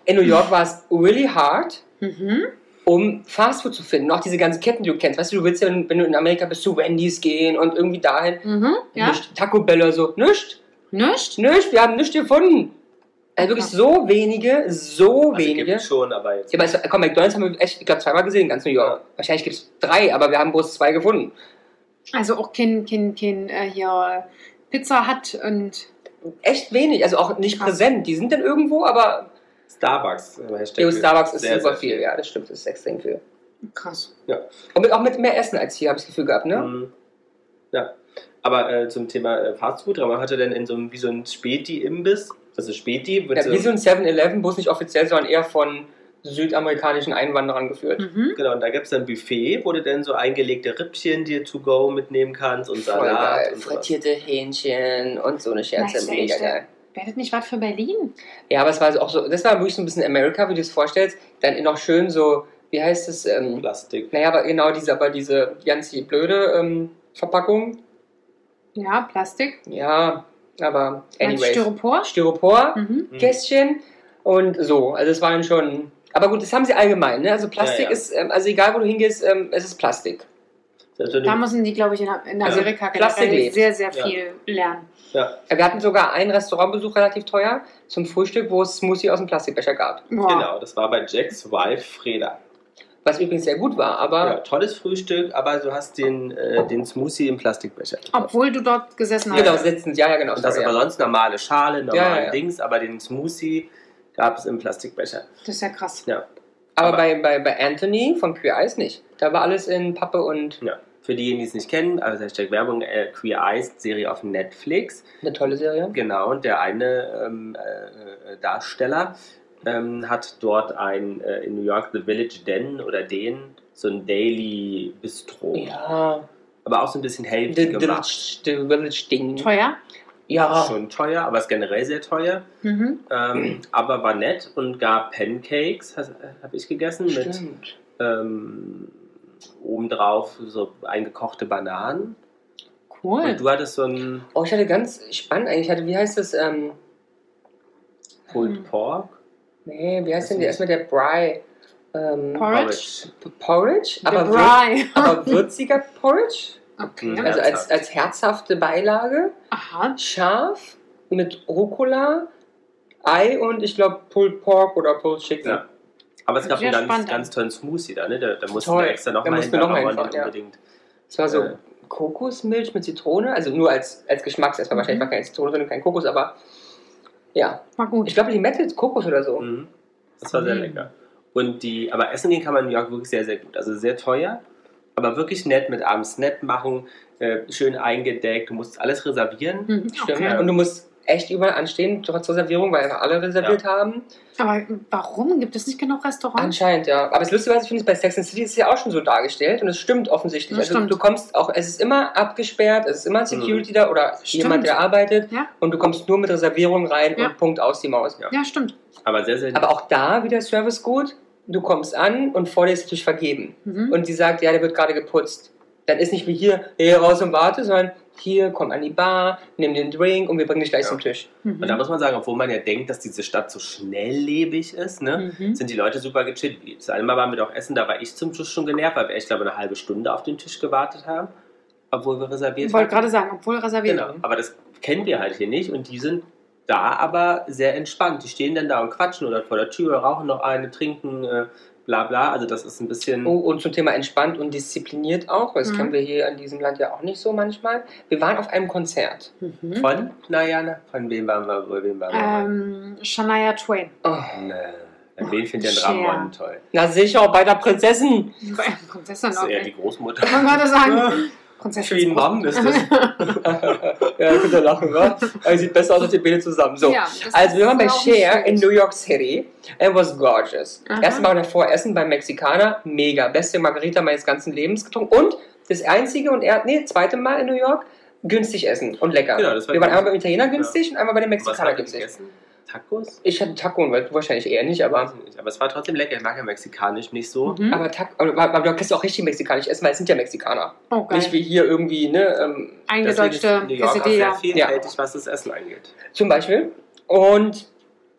Speaker 5: in New York war es really hard,
Speaker 2: Mhm.
Speaker 5: um Fast Food zu finden. Auch diese ganzen Ketten, die du kennst. Weißt du, du willst ja, wenn du in Amerika bist, zu Wendy's gehen und irgendwie dahin.
Speaker 2: Mhm. Ja.
Speaker 5: Nicht Taco Bell oder so. Nicht?
Speaker 2: Nicht?
Speaker 5: Nicht, wir haben nichts gefunden. Also wirklich so wenige, so
Speaker 6: Also
Speaker 5: wenige.
Speaker 6: gibt's schon, aber jetzt.
Speaker 5: Ja, aber es, komm, McDonalds haben wir echt, ich glaube, zweimal gesehen, ganz New York. Wahrscheinlich gibt es drei, aber wir haben bloß zwei gefunden.
Speaker 2: Also auch kein, kein, kein äh, hier äh, Pizza hat und
Speaker 5: Echt wenig, also auch nicht
Speaker 2: Krass.
Speaker 5: präsent. Die sind dann irgendwo, aber
Speaker 6: Starbucks. äh, Hashtag
Speaker 5: Jo, Starbucks ist
Speaker 6: sehr,
Speaker 5: super
Speaker 6: sehr
Speaker 5: viel. Ja, das stimmt, das ist extrem viel.
Speaker 2: krass.
Speaker 5: Und mit, auch mit mehr Essen als hier, habe ich das Gefühl gehabt, ne?
Speaker 6: Mhm. Ja. Aber äh, zum Thema äh, Fastfood, man hatte dann in so einem, wie so ein Späti-Imbiss, also Späti, wird
Speaker 5: Ja, wie so ein 7-Eleven, bloß nicht offiziell, sondern eher von südamerikanischen Einwanderern geführt.
Speaker 2: Mhm.
Speaker 6: Genau, und da gibt es ein Buffet, wo du dann so eingelegte Rippchen dir to go mitnehmen kannst und
Speaker 5: Voll
Speaker 6: Salat
Speaker 5: geil.
Speaker 6: und sowas.
Speaker 5: Frittierte Hähnchen und so eine Scherze.
Speaker 2: Nice,
Speaker 5: mega
Speaker 2: echt,
Speaker 5: geil.
Speaker 2: Werdet nicht was für Berlin?
Speaker 5: Ja, aber es war so auch so, das war wirklich so ein bisschen America, wie du es vorstellst. Dann noch schön so, wie heißt es? Ähm,
Speaker 6: Plastik.
Speaker 5: naja, aber genau diese, aber diese ganz blöde ähm, Verpackung.
Speaker 2: Ja, Plastik.
Speaker 5: Ja, aber
Speaker 2: Meinst du
Speaker 5: anyways.
Speaker 2: Styropor.
Speaker 5: Styropor,
Speaker 2: Mhm.
Speaker 6: Mhm.
Speaker 5: Kästchen und so. Also es waren schon. Aber gut, das haben sie allgemein, ne? Also Plastik
Speaker 6: Ja, ja.
Speaker 5: ist, ähm, also egal wo du hingehst, ähm, es ist Plastik.
Speaker 6: Selbst wenn
Speaker 2: Da
Speaker 6: du,
Speaker 2: müssen die, glaube ich, in, in
Speaker 6: Also
Speaker 2: Amerika
Speaker 5: Plastik
Speaker 2: generell
Speaker 5: lebt.
Speaker 2: sehr, sehr
Speaker 6: Ja.
Speaker 2: viel lernen.
Speaker 6: ja,
Speaker 5: Wir hatten sogar einen Restaurantbesuch relativ teuer zum Frühstück, wo es Smoothie aus dem Plastikbecher gab.
Speaker 2: Boah.
Speaker 6: genau, das war bei Jacks Wife Freda.
Speaker 5: Was übrigens sehr gut war,
Speaker 6: Ja,
Speaker 5: aber
Speaker 6: tolles Frühstück, aber du hast den, äh, den Smoothie im Plastikbecher.
Speaker 2: Obwohl du dort gesessen hast.
Speaker 5: genau, sitzend, ja, ja, genau.
Speaker 6: Und das
Speaker 5: sorry,
Speaker 6: aber
Speaker 5: Oh, ja.
Speaker 6: sonst normale Schale, normale
Speaker 5: Ja, ja.
Speaker 6: Dings, aber den Smoothie gab es im Plastikbecher.
Speaker 2: Das ist ja krass.
Speaker 5: Aber,
Speaker 6: Aber-
Speaker 5: bei, bei, bei Anthony von Queer Eyes nicht. Da war alles in Pappe und
Speaker 6: Ja. Für diejenigen, die es nicht kennen, also Hashtag Werbung, äh, Queer Eyes Serie auf Netflix.
Speaker 5: eine tolle Serie.
Speaker 6: Genau, und der eine ähm, äh, äh, Darsteller ähm, hat dort ein äh, in New York The Village Den oder den so ein Daily Bistro.
Speaker 5: Ja.
Speaker 6: Aber auch so ein bisschen healthy
Speaker 5: The, the,
Speaker 6: gemacht.
Speaker 5: Village- Ah. the Village Ding.
Speaker 2: Teuer.
Speaker 5: Ja.
Speaker 6: Schon teuer, aber ist generell sehr teuer.
Speaker 2: Mhm.
Speaker 6: Ähm, aber war nett und gab Pancakes, habe ich gegessen, mit
Speaker 5: Stimmt.
Speaker 6: ähm, obendrauf so eingekochte Bananen. Und
Speaker 2: Cool.
Speaker 6: du hattest so ein
Speaker 5: Oh, ich hatte ganz spannend eigentlich. Ich hatte, wie heißt das? Ähm,
Speaker 6: Pulled
Speaker 5: Hm.
Speaker 2: Mhm.
Speaker 6: Pork.
Speaker 5: nee, wie heißt
Speaker 6: Weiß
Speaker 5: denn der?
Speaker 6: nicht.
Speaker 5: Erstmal der Bry. Ähm,
Speaker 2: Porridge.
Speaker 5: P- Porridge?
Speaker 2: The
Speaker 5: Aber, wir,
Speaker 2: Bry.
Speaker 5: aber würziger Porridge?
Speaker 2: Okay.
Speaker 6: Ja.
Speaker 5: Also als,
Speaker 6: Herzhaft.
Speaker 5: als herzhafte Beilage.
Speaker 2: Aha.
Speaker 5: Scharf mit Rucola, Ei und ich glaube Pulled Pork oder Pulled Chicken.
Speaker 6: Ja. Aber es gab
Speaker 2: Sehr
Speaker 6: einen ganz,
Speaker 2: spannend.
Speaker 6: ganz tollen Smoothie da, ne? Da, da mussten
Speaker 5: Toll.
Speaker 6: wir extra
Speaker 5: Da
Speaker 6: nochmal
Speaker 5: mussten wir noch mal hinfahren, ja.
Speaker 6: unbedingt.
Speaker 5: Es war so
Speaker 6: Äh.
Speaker 5: Kokosmilch mit Zitrone, also nur als, als Geschmacks
Speaker 6: Mhm.
Speaker 5: erstmal wahrscheinlich war keine Zitrone, sondern kein Kokos, aber ja.
Speaker 2: War gut.
Speaker 5: Ich glaube, Limette ist Kokos oder so.
Speaker 6: Mhm. Das war sehr
Speaker 2: Mhm.
Speaker 6: lecker. Und die, aber essen gehen kann man in New York wirklich sehr, sehr gut. Also sehr teuer, aber wirklich nett mit abends nett machen, äh, schön eingedeckt. Du musst alles reservieren.
Speaker 2: Mhm.
Speaker 5: Stimmt.
Speaker 2: Okay.
Speaker 5: Und du musst echt überall anstehen, trotz Reservierung, weil einfach alle reserviert haben.
Speaker 2: Aber warum gibt es nicht genug Restaurants?
Speaker 5: Anscheinend, ja. Aber das Lustige, was ich finde, ist, bei Sex and City ist es ja auch schon so dargestellt und es stimmt offensichtlich.
Speaker 2: Das
Speaker 5: also
Speaker 2: stimmt.
Speaker 5: du kommst auch, es ist immer abgesperrt, es ist immer
Speaker 6: Mhm.
Speaker 5: Security da oder jemand, der arbeitet
Speaker 2: Ja.
Speaker 5: und du kommst nur mit Reservierung rein
Speaker 2: Ja.
Speaker 5: und Punkt aus die Maus.
Speaker 6: Ja.
Speaker 2: Ja, stimmt.
Speaker 6: Aber sehr, sehr nett.
Speaker 5: Aber auch da wieder Service gut, du kommst an und vor dir ist natürlich vergeben.
Speaker 2: Mhm.
Speaker 5: und die sagt, ja, der wird gerade geputzt. Dann ist nicht wie hier, hey, raus und warte, sondern hier, komm an die Bar, nimm den Drink und wir bringen dich gleich
Speaker 6: Ja.
Speaker 5: zum Tisch.
Speaker 2: mhm.
Speaker 6: Und da muss man sagen, obwohl man ja denkt, dass diese Stadt so schnelllebig ist, ne?
Speaker 2: mhm.
Speaker 6: Sind die Leute super gechillt. Das einmal waren wir doch essen, da war ich zum Schluss schon genervt, weil wir echt, glaube ich, eine halbe Stunde auf den Tisch gewartet haben, obwohl wir reserviert
Speaker 2: Ich wollte gerade sagen, obwohl reserviert.
Speaker 6: Genau, aber das kennen wir halt hier nicht und die sind da aber sehr entspannt. Die stehen dann da und quatschen oder vor der Tür, rauchen noch eine, trinken äh, bla bla. Also das ist ein bisschen.
Speaker 5: Oh, und zum Thema entspannt und diszipliniert auch, weil das
Speaker 2: Mhm.
Speaker 5: kennen wir hier in diesem Land ja auch nicht so manchmal. Wir waren auf einem Konzert.
Speaker 2: Mhm.
Speaker 6: Von? Naja, na, von wem waren wir wohl? Wem waren wir?
Speaker 2: Ähm, Shania Twain.
Speaker 5: Oh.
Speaker 6: Nee. Wen findet denn
Speaker 2: Cher.
Speaker 6: Ramon toll?
Speaker 5: Na sicher, bei der Prinzessin.
Speaker 2: Prinzessin
Speaker 6: Das ist eher
Speaker 2: okay.
Speaker 6: die Großmutter.
Speaker 2: Man kann das sagen. Prinzessin.
Speaker 6: Mom ist das.
Speaker 5: ja, könnt ihr lachen, oder? Aber sieht besser aus als die Bilder zusammen. So.
Speaker 2: Ja, das
Speaker 5: Also wir waren bei
Speaker 2: ist auch
Speaker 5: Cher
Speaker 2: nicht
Speaker 5: in
Speaker 2: schlecht.
Speaker 5: New York City. It was gorgeous.
Speaker 2: Aha.
Speaker 5: Erstmal davor Essen beim Mexikaner. Mega. Beste Margarita meines ganzen Lebens getrunken. Und das einzige und er, nee, zweite Mal in New York günstig essen und lecker.
Speaker 6: Genau, das war
Speaker 5: wir waren
Speaker 6: günstig.
Speaker 5: einmal beim Italiener günstig und einmal bei dem
Speaker 6: Was
Speaker 5: Mexikaner
Speaker 6: haben wir
Speaker 5: günstig.
Speaker 6: gegessen? Tacos?
Speaker 5: Ich hatte Taco, weil du wahrscheinlich eher nicht,
Speaker 6: Aber,
Speaker 5: aber.
Speaker 6: aber es war trotzdem lecker. Ich mag ja mexikanisch nicht so.
Speaker 2: Mhm.
Speaker 5: Aber, Taco, aber, aber du kannst ja auch richtig mexikanisch essen, weil es sind ja Mexikaner.
Speaker 2: Oh, geil.
Speaker 5: Nicht wie hier irgendwie, ne? Ähm,
Speaker 6: Deswegen
Speaker 2: Eingedeutschte E
Speaker 6: ist New York auch
Speaker 2: Quesadilla.
Speaker 6: sehr vielfältig, was das Essen angeht.
Speaker 5: Zum Beispiel. Und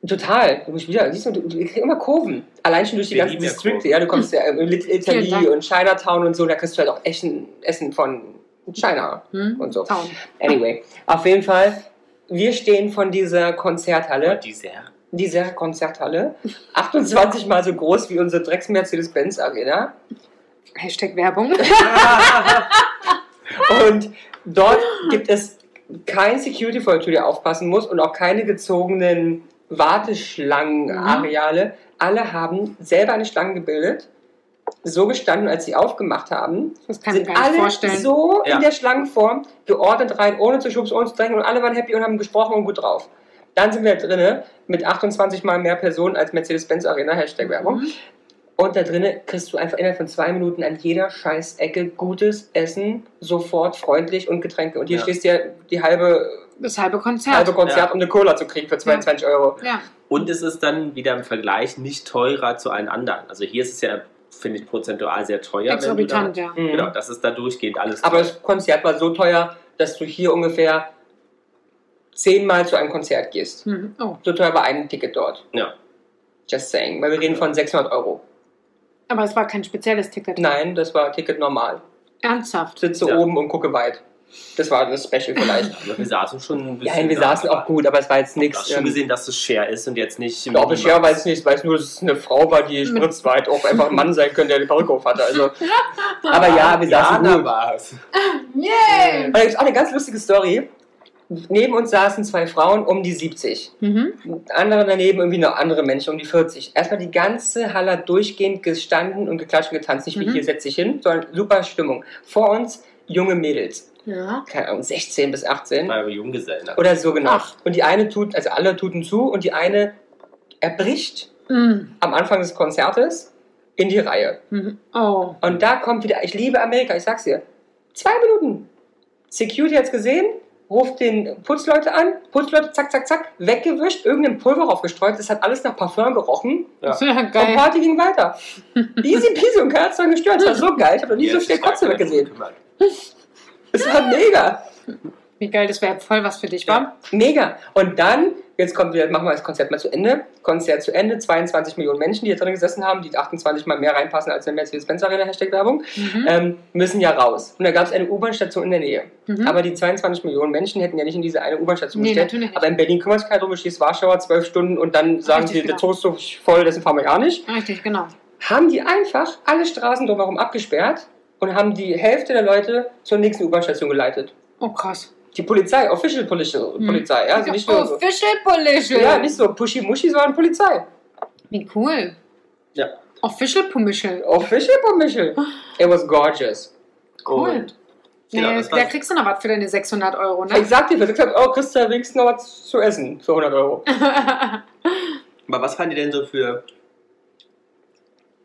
Speaker 5: total, du bist wieder, siehst du, du, du kriegst immer Kurven. Allein schon durch die
Speaker 6: Wir
Speaker 5: ganzen
Speaker 6: lieben ja
Speaker 5: Distrikte.
Speaker 6: Kurven.
Speaker 5: Ja, du kommst ja in Little
Speaker 2: Vielen Dank.
Speaker 5: Italy und Chinatown und so, da kriegst du halt auch echt ein Essen von China
Speaker 2: Hm?
Speaker 5: und so.
Speaker 2: Town.
Speaker 5: Anyway, auf jeden Fall, wir stehen von dieser Konzerthalle,
Speaker 6: Dessert.
Speaker 5: dieser Konzerthalle, 28 mal so groß wie unsere Drecks-Mercedes-Benz-Arena.
Speaker 2: Hashtag Werbung.
Speaker 5: Und dort gibt es kein Security, vor der Tür, der aufpassen muss und auch keine gezogenen Warteschlangenareale. Alle haben selber eine Schlange gebildet, so gestanden, als sie aufgemacht haben.
Speaker 2: Das kann ich
Speaker 5: sind
Speaker 2: mir gar
Speaker 5: alle
Speaker 2: nicht vorstellen.
Speaker 5: so
Speaker 6: Ja.
Speaker 5: in der Schlangenform geordnet rein, ohne zu schubsen, ohne zu drängen und alle waren happy und haben gesprochen und gut drauf. Dann sind wir da drinne mit 28 mal mehr Personen als Mercedes-Benz Arena, Hashtag Werbung.
Speaker 2: Mhm.
Speaker 5: Und da drinnen kriegst du einfach innerhalb von zwei Minuten an jeder Scheißecke gutes Essen, sofort freundlich und Getränke. Und hier
Speaker 6: Ja.
Speaker 5: stehst du ja die halbe,
Speaker 2: Das halbe Konzert.
Speaker 5: halbe Konzert, um eine Cola zu kriegen für 22 Euro.
Speaker 2: ja.
Speaker 6: Und es ist dann wieder im Vergleich nicht teurer zu allen anderen. Also hier ist es ja, finde ich, prozentual sehr teuer. wenn du
Speaker 2: Exorbitant,
Speaker 6: da,
Speaker 2: ja.
Speaker 5: Mhm.
Speaker 6: Genau, das ist da durchgehend alles
Speaker 5: Aber
Speaker 6: teuer.
Speaker 5: das Konzert war so teuer, dass du hier ungefähr zehnmal zu einem Konzert gehst.
Speaker 2: Mhm. Oh.
Speaker 5: So teuer war ein Ticket dort.
Speaker 6: Ja.
Speaker 5: Just saying. Weil wir reden von 600 Euro.
Speaker 2: Aber es war kein spezielles Ticket.
Speaker 5: Nein, das war Ticket normal.
Speaker 2: Ernsthaft.
Speaker 5: Sitze
Speaker 6: Ja.
Speaker 5: oben und gucke weit. Das war das Special vielleicht.
Speaker 6: Aber wir saßen schon ein bisschen
Speaker 5: ja, wir
Speaker 6: da.
Speaker 5: saßen auch gut, aber es war jetzt
Speaker 6: Du
Speaker 5: nichts.
Speaker 6: hast schon
Speaker 5: ähm,
Speaker 6: gesehen, dass es Share ist und jetzt nicht.
Speaker 5: glaube ich, ja, weiß ich nicht. Weiß nur, dass es eine Frau war, die
Speaker 2: Mit-
Speaker 5: spritzweit auch einfach ein Mann sein könnte, der den Perückhof hatte. Also, aber ja, wir saßen
Speaker 6: ja, da
Speaker 5: gut.
Speaker 6: war's.
Speaker 5: Und da gibt es auch eine ganz lustige Story. Neben uns saßen zwei Frauen um die 70.
Speaker 2: Mhm.
Speaker 5: Andere daneben irgendwie noch andere Menschen um die 40. Erstmal die ganze Halle hat durchgehend gestanden und geklatscht und getanzt. Nicht wie
Speaker 2: Mhm.
Speaker 5: hier setz dich hin, sondern super Stimmung. Vor uns junge Mädels.
Speaker 2: Ja.
Speaker 5: Keine Ahnung, 16 bis 18.
Speaker 6: Bei Junggesellen. also
Speaker 5: Oder so genau.
Speaker 2: Ach.
Speaker 5: Und die eine tut, also alle tuten zu und die eine erbricht
Speaker 2: Mhm.
Speaker 5: am Anfang des Konzertes in die Reihe.
Speaker 2: Mhm. Oh.
Speaker 5: Und da kommt wieder, ich liebe Amerika, ich sag's dir. Zwei Minuten. Security hat's gesehen, ruft den Putzleute an, Putzleute, zack, zack, zack, weggewischt, irgendein Pulver raufgestreut, es hat alles nach Parfum gerochen
Speaker 6: Ja.
Speaker 2: Das ist ja
Speaker 5: und
Speaker 2: geil.
Speaker 5: Party ging weiter. Easy peasy und keiner hat's dran gestört. Es war so geil, ich habe noch nie so schnell Kotze weggesehen. Es war mega,
Speaker 2: Wie geil, das wäre voll was für dich, wa?
Speaker 5: mega. Und dann, jetzt kommt wieder, machen wir das Konzert mal zu Ende. Konzert zu Ende, 22 Millionen Menschen, die hier drin gesessen haben, die 28 mal mehr reinpassen als in der Mercedes-Benz-Arena, Hashtag Werbung.
Speaker 2: Mhm.
Speaker 5: ähm, müssen ja raus. Und da gab es eine U-Bahn-Station in der Nähe.
Speaker 2: Mhm.
Speaker 5: Aber die 22 Millionen Menschen hätten ja nicht in diese eine U-Bahn-Station
Speaker 2: Nee,
Speaker 5: gestellt.
Speaker 2: natürlich nicht.
Speaker 5: Aber in Berlin kümmert sich keiner drum, du schießt Warschauer zwölf Stunden und dann sagen
Speaker 2: Richtig,
Speaker 5: sie, der
Speaker 2: genau.
Speaker 5: Zoo ist so voll, dessen fahren wir gar nicht.
Speaker 2: Richtig, genau.
Speaker 5: Haben die einfach alle Straßen drumherum abgesperrt und haben die Hälfte der Leute zur nächsten U-Bahn-Station geleitet.
Speaker 2: Oh, krass.
Speaker 5: Die Polizei, Official Polizei,
Speaker 2: Mhm.
Speaker 5: Polizei ja, also nicht nur so.
Speaker 2: Official Pollution.
Speaker 5: Ja, nicht so Pushy-Mushy, sondern Polizei.
Speaker 2: Wie cool. Oh,
Speaker 6: Ja.
Speaker 2: Official
Speaker 5: Oh,
Speaker 2: Pollution.
Speaker 5: Official
Speaker 2: Oh.
Speaker 5: Polizei. It was gorgeous.
Speaker 2: Cool.
Speaker 6: Und Genau,
Speaker 2: Nee,
Speaker 6: das war's.
Speaker 2: da kriegst du noch was für deine 600 Euro,
Speaker 5: Ich
Speaker 2: ne?
Speaker 5: sag dir, für 600 Euro kriegst oh, du wenigstens noch was zu essen für 100 Euro.
Speaker 6: Aber was fallen dir denn so für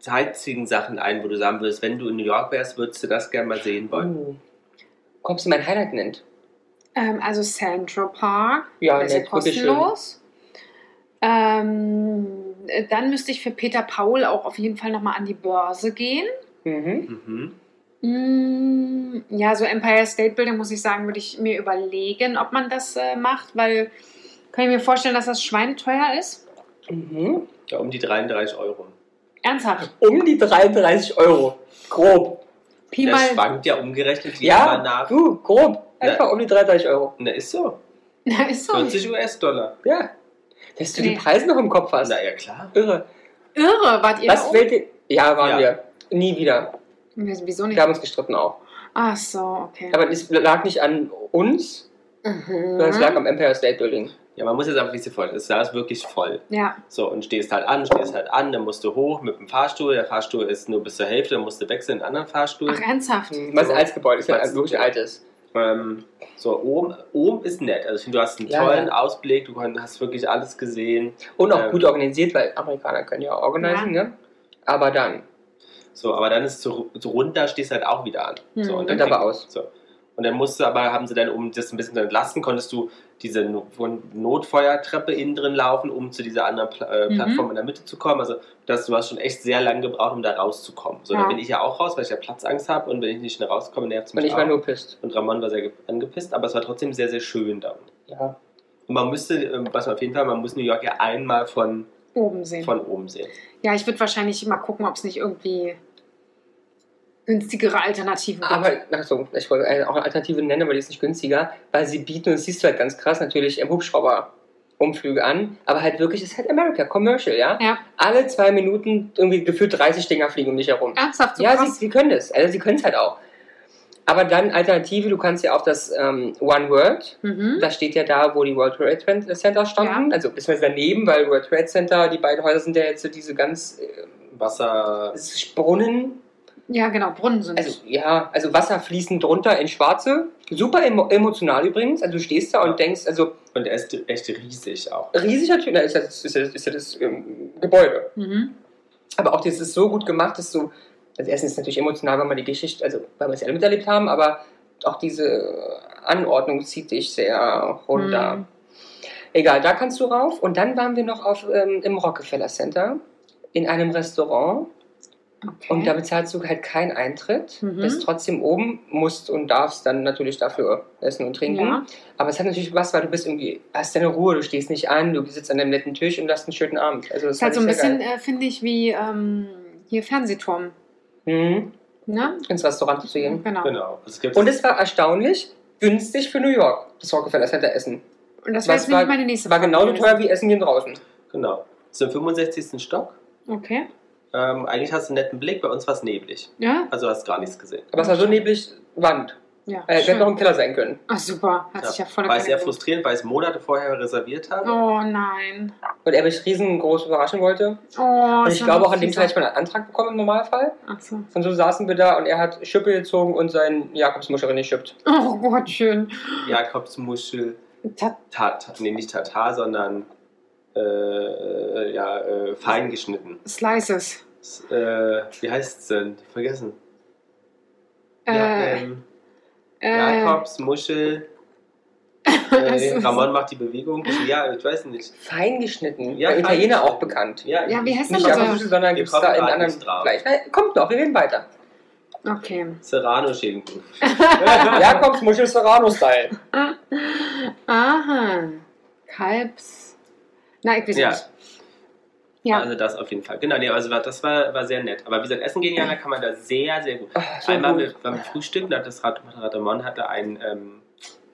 Speaker 6: zeitzigen Sachen ein, wo du sagen würdest, wenn du in New York wärst, würdest du das gerne mal sehen wollen?
Speaker 5: Oh. Kommst du mein Highlight nennt?
Speaker 2: ähm, also Central Park.
Speaker 5: Ja,
Speaker 2: Das ist ja
Speaker 5: nett, wirklich schön.
Speaker 2: kostenlos. Ähm, dann müsste ich für Peter Paul auch auf jeden Fall nochmal an die Börse gehen.
Speaker 5: Mhm.
Speaker 6: Mhm.
Speaker 2: Mm, ja, so Empire State Building, muss ich sagen, würde ich mir überlegen, ob man das äh, macht, weil kann ich mir vorstellen, dass das schweineteuer ist.
Speaker 5: Mhm.
Speaker 6: Ja, um die 33 Euro.
Speaker 2: Ernsthaft.
Speaker 5: Um die 33 Euro. Grob.
Speaker 2: Pi
Speaker 6: das
Speaker 2: mal.
Speaker 6: schwankt ja umgerechnet jedes
Speaker 5: Ja,
Speaker 6: Mal nach.
Speaker 5: du, grob.
Speaker 6: Ja.
Speaker 5: Einfach um die 33 Euro.
Speaker 6: Na, ist so.
Speaker 2: Na, ist so.
Speaker 6: 40 US-Dollar.
Speaker 5: Ja. Dass du die
Speaker 2: Nee.
Speaker 5: Preise noch im Kopf hast.
Speaker 6: Na ja, klar.
Speaker 5: Irre.
Speaker 2: Irre, wart ihr da
Speaker 5: Was
Speaker 2: oben?
Speaker 5: will dir. Ja, waren
Speaker 6: Ja.
Speaker 5: wir. Nie wieder.
Speaker 2: Weiß Wieso nicht?
Speaker 5: Wir haben uns gestritten auch.
Speaker 2: Ach so, okay.
Speaker 5: Aber es lag nicht an uns, sondern es lag
Speaker 2: Mhm.
Speaker 5: am Empire State Building.
Speaker 6: Ja, man muss jetzt einfach, wie sie voll ist. Da ist wirklich voll.
Speaker 2: Ja,
Speaker 6: So, und stehst halt an, stehst halt an, dann musst du hoch mit dem Fahrstuhl. Der Fahrstuhl ist nur bis zur Hälfte, dann musst du wechseln in einen anderen Fahrstuhl.
Speaker 2: ach ernsthaft.
Speaker 6: Mhm.
Speaker 5: Was ein altes Gebäude ist, ja ein wirklich altes.
Speaker 6: Ähm, so, oben, oben ist nett. Also ich finde, du hast einen
Speaker 5: Ja,
Speaker 6: tollen
Speaker 5: ja.
Speaker 6: Ausblick, du kon- hast wirklich alles gesehen.
Speaker 5: Und auch
Speaker 6: Ähm.
Speaker 5: gut organisiert, weil Amerikaner können ja organisieren, ne? Aber dann.
Speaker 6: So, aber dann ist so, so runter, stehst halt auch wieder an. So,
Speaker 2: Mhm.
Speaker 6: dann
Speaker 5: Hm, Und aber
Speaker 6: krieg-
Speaker 5: aus.
Speaker 6: So. Und dann musst du aber, haben sie dann, um das ein bisschen zu entlasten, konntest du diese No- von Notfeuertreppe innen drin laufen, um zu dieser anderen Pla äh,
Speaker 2: Mhm.
Speaker 6: Plattform in der Mitte zu kommen. Also das, du hast schon echt sehr lange gebraucht, um da rauszukommen. So,
Speaker 2: Ja.
Speaker 6: da bin ich ja auch raus, weil ich ja Platzangst habe und wenn ich nicht schnell rauskomme, nervt es
Speaker 5: Und
Speaker 6: mich
Speaker 5: ich
Speaker 6: auch.
Speaker 5: war nur pisst.
Speaker 6: und Ramon war sehr ge- angepisst, aber es war trotzdem sehr, sehr schön da.
Speaker 5: Ja.
Speaker 6: Und man müsste, ähm, was man auf jeden Fall, man muss New York ja einmal von,
Speaker 2: Oben sehen.
Speaker 6: von oben sehen.
Speaker 2: Ja, ich würde wahrscheinlich mal gucken, ob es nicht irgendwie günstigere Alternativen gibt.
Speaker 5: Aber, ach so, ich wollte eine- auch eine Alternative nennen, aber die ist nicht günstiger, weil sie bieten, und das siehst du halt ganz krass, natürlich im Hubschrauber. Umflüge an, aber halt wirklich, es ist halt America, Commercial, ja?
Speaker 2: Ja.
Speaker 5: Alle zwei Minuten irgendwie gefühlt 30 Dinger fliegen um dich herum.
Speaker 2: Ernsthaft, so
Speaker 5: ja, sie,
Speaker 2: krass.
Speaker 5: sie können das, also sie können es halt auch. Aber dann Alternative, du kannst ja auf das ähm, One World,
Speaker 2: mhm.
Speaker 5: das steht ja da, wo die World Trade Tran- Center standen, also beziehungsweise daneben, weil World Trade Center, die beiden Häuser sind ja jetzt so diese ganz äh,
Speaker 6: Wasser,
Speaker 5: Brunnen,
Speaker 2: Ja, genau, Brunnen sind
Speaker 5: also ja, also Wasser fließend drunter in Schwarze. Super emo emotional übrigens. Also du stehst da und denkst, also
Speaker 6: und er ist echt riesig auch.
Speaker 5: riesig natürlich, na, ist ja das, ist ja das, ist ja das ähm, Gebäude.
Speaker 2: mhm.
Speaker 5: Aber auch das ist so gut gemacht, dass du, also erstens ist es natürlich emotional, weil man die Geschichte, also weil wir es ja miterlebt haben, aber auch diese Anordnung zieht dich sehr runter.
Speaker 2: Mhm.
Speaker 5: Egal, da kannst du rauf. Und dann waren wir noch auf, ähm, im Rockefeller Center in einem Restaurant.
Speaker 2: Okay.
Speaker 5: Und da bezahlst du halt keinen Eintritt,
Speaker 2: Mhm.
Speaker 5: bist trotzdem oben, musst und darfst dann natürlich dafür essen und trinken.
Speaker 2: ja.
Speaker 5: Aber es hat natürlich was, weil du bist irgendwie, hast deine Ruhe, du stehst nicht an, du sitzt an deinem netten Tisch und hast einen schönen Abend. Also das
Speaker 2: Ist halt so ein
Speaker 5: fand ich sehr
Speaker 2: bisschen, äh, finde ich, wie ähm, hier Fernsehturm.
Speaker 5: geil. Mhm.
Speaker 2: Ne?
Speaker 5: ins Restaurant zu gehen.
Speaker 2: Genau.
Speaker 6: Genau. Es gibt
Speaker 5: Und es war erstaunlich günstig für New York, das Rockefeller Center Essen.
Speaker 2: Und das wäre
Speaker 5: Was
Speaker 2: jetzt nämlich
Speaker 5: war-
Speaker 2: meine nächste
Speaker 5: Es war
Speaker 2: Frage
Speaker 5: genauso
Speaker 2: gewesen.
Speaker 5: teuer wie Essen gehen draußen.
Speaker 6: genau. So im 65. Stock.
Speaker 2: Okay.
Speaker 6: Ähm, eigentlich hast du einen netten Blick, bei uns war es neblig.
Speaker 2: Ja?
Speaker 6: Also hast gar nichts gesehen.
Speaker 5: Aber es war so neblig, Wand.
Speaker 2: Ja.
Speaker 5: Äh, hätte
Speaker 2: schön.
Speaker 5: noch im Keller sein können.
Speaker 2: Ach, super. Hat sich ja voll
Speaker 6: war es sehr frustrierend, weil ich es Monate vorher reserviert habe.
Speaker 2: Oh nein.
Speaker 5: Und er mich riesengroß überraschen wollte.
Speaker 2: Oh,
Speaker 5: Und
Speaker 2: ist
Speaker 5: ich
Speaker 2: ja
Speaker 5: glaube
Speaker 2: noch
Speaker 5: auch an dem
Speaker 2: fieser.
Speaker 5: Tag habe ich mal einen Antrag bekommen im Normalfall.
Speaker 2: Ach so.
Speaker 5: Und so saßen wir da und er hat Schippe gezogen und seinen Jakobsmuscherin geschippt.
Speaker 2: Oh Gott, schön.
Speaker 6: Jakobsmuschel,
Speaker 2: Ta-
Speaker 6: Tat, nee, nicht Tatar, sondern äh, äh, ja, äh, fein geschnitten.
Speaker 2: Slices.
Speaker 6: S- Äh, wie heißt es denn? Vergessen. ja,
Speaker 2: Äh,
Speaker 6: ähm,
Speaker 2: äh,
Speaker 6: Jakobsmuschel.
Speaker 2: Es
Speaker 6: Äh,
Speaker 2: ist-
Speaker 6: Ramon macht die Bewegung. Ja, ich weiß nicht.
Speaker 5: Fein geschnitten.
Speaker 6: Ja,
Speaker 5: Ja,
Speaker 6: fein
Speaker 5: Italiener
Speaker 6: geschnitten.
Speaker 5: auch bekannt.
Speaker 6: Ja,
Speaker 2: Ja, wie heißt
Speaker 5: Nicht
Speaker 2: denn
Speaker 5: Jakobsmuschel,
Speaker 2: unser...
Speaker 5: sondern
Speaker 6: Wir
Speaker 5: gibt es
Speaker 6: kommen
Speaker 5: da in
Speaker 6: grad
Speaker 5: anderen
Speaker 6: nicht drauf.
Speaker 5: gleich. Na, kommt noch, wir reden weiter.
Speaker 2: Okay.
Speaker 6: Serrano-Schinken.
Speaker 5: Jakobsmuschel Serrano-Style.
Speaker 2: Aha. Kalbs... Na, ich weiß
Speaker 6: Ja.
Speaker 2: nicht. Ja.
Speaker 6: Also das auf jeden Fall. Genau, nee, also war- das war, war sehr nett. Aber wie gesagt, Essen gehen ja, da kann man da sehr, sehr gut.
Speaker 5: Ach, so
Speaker 6: Einmal
Speaker 5: gut.
Speaker 6: mit, beim Frühstück, da hat das Rat- Ratamon hatte einen ähm,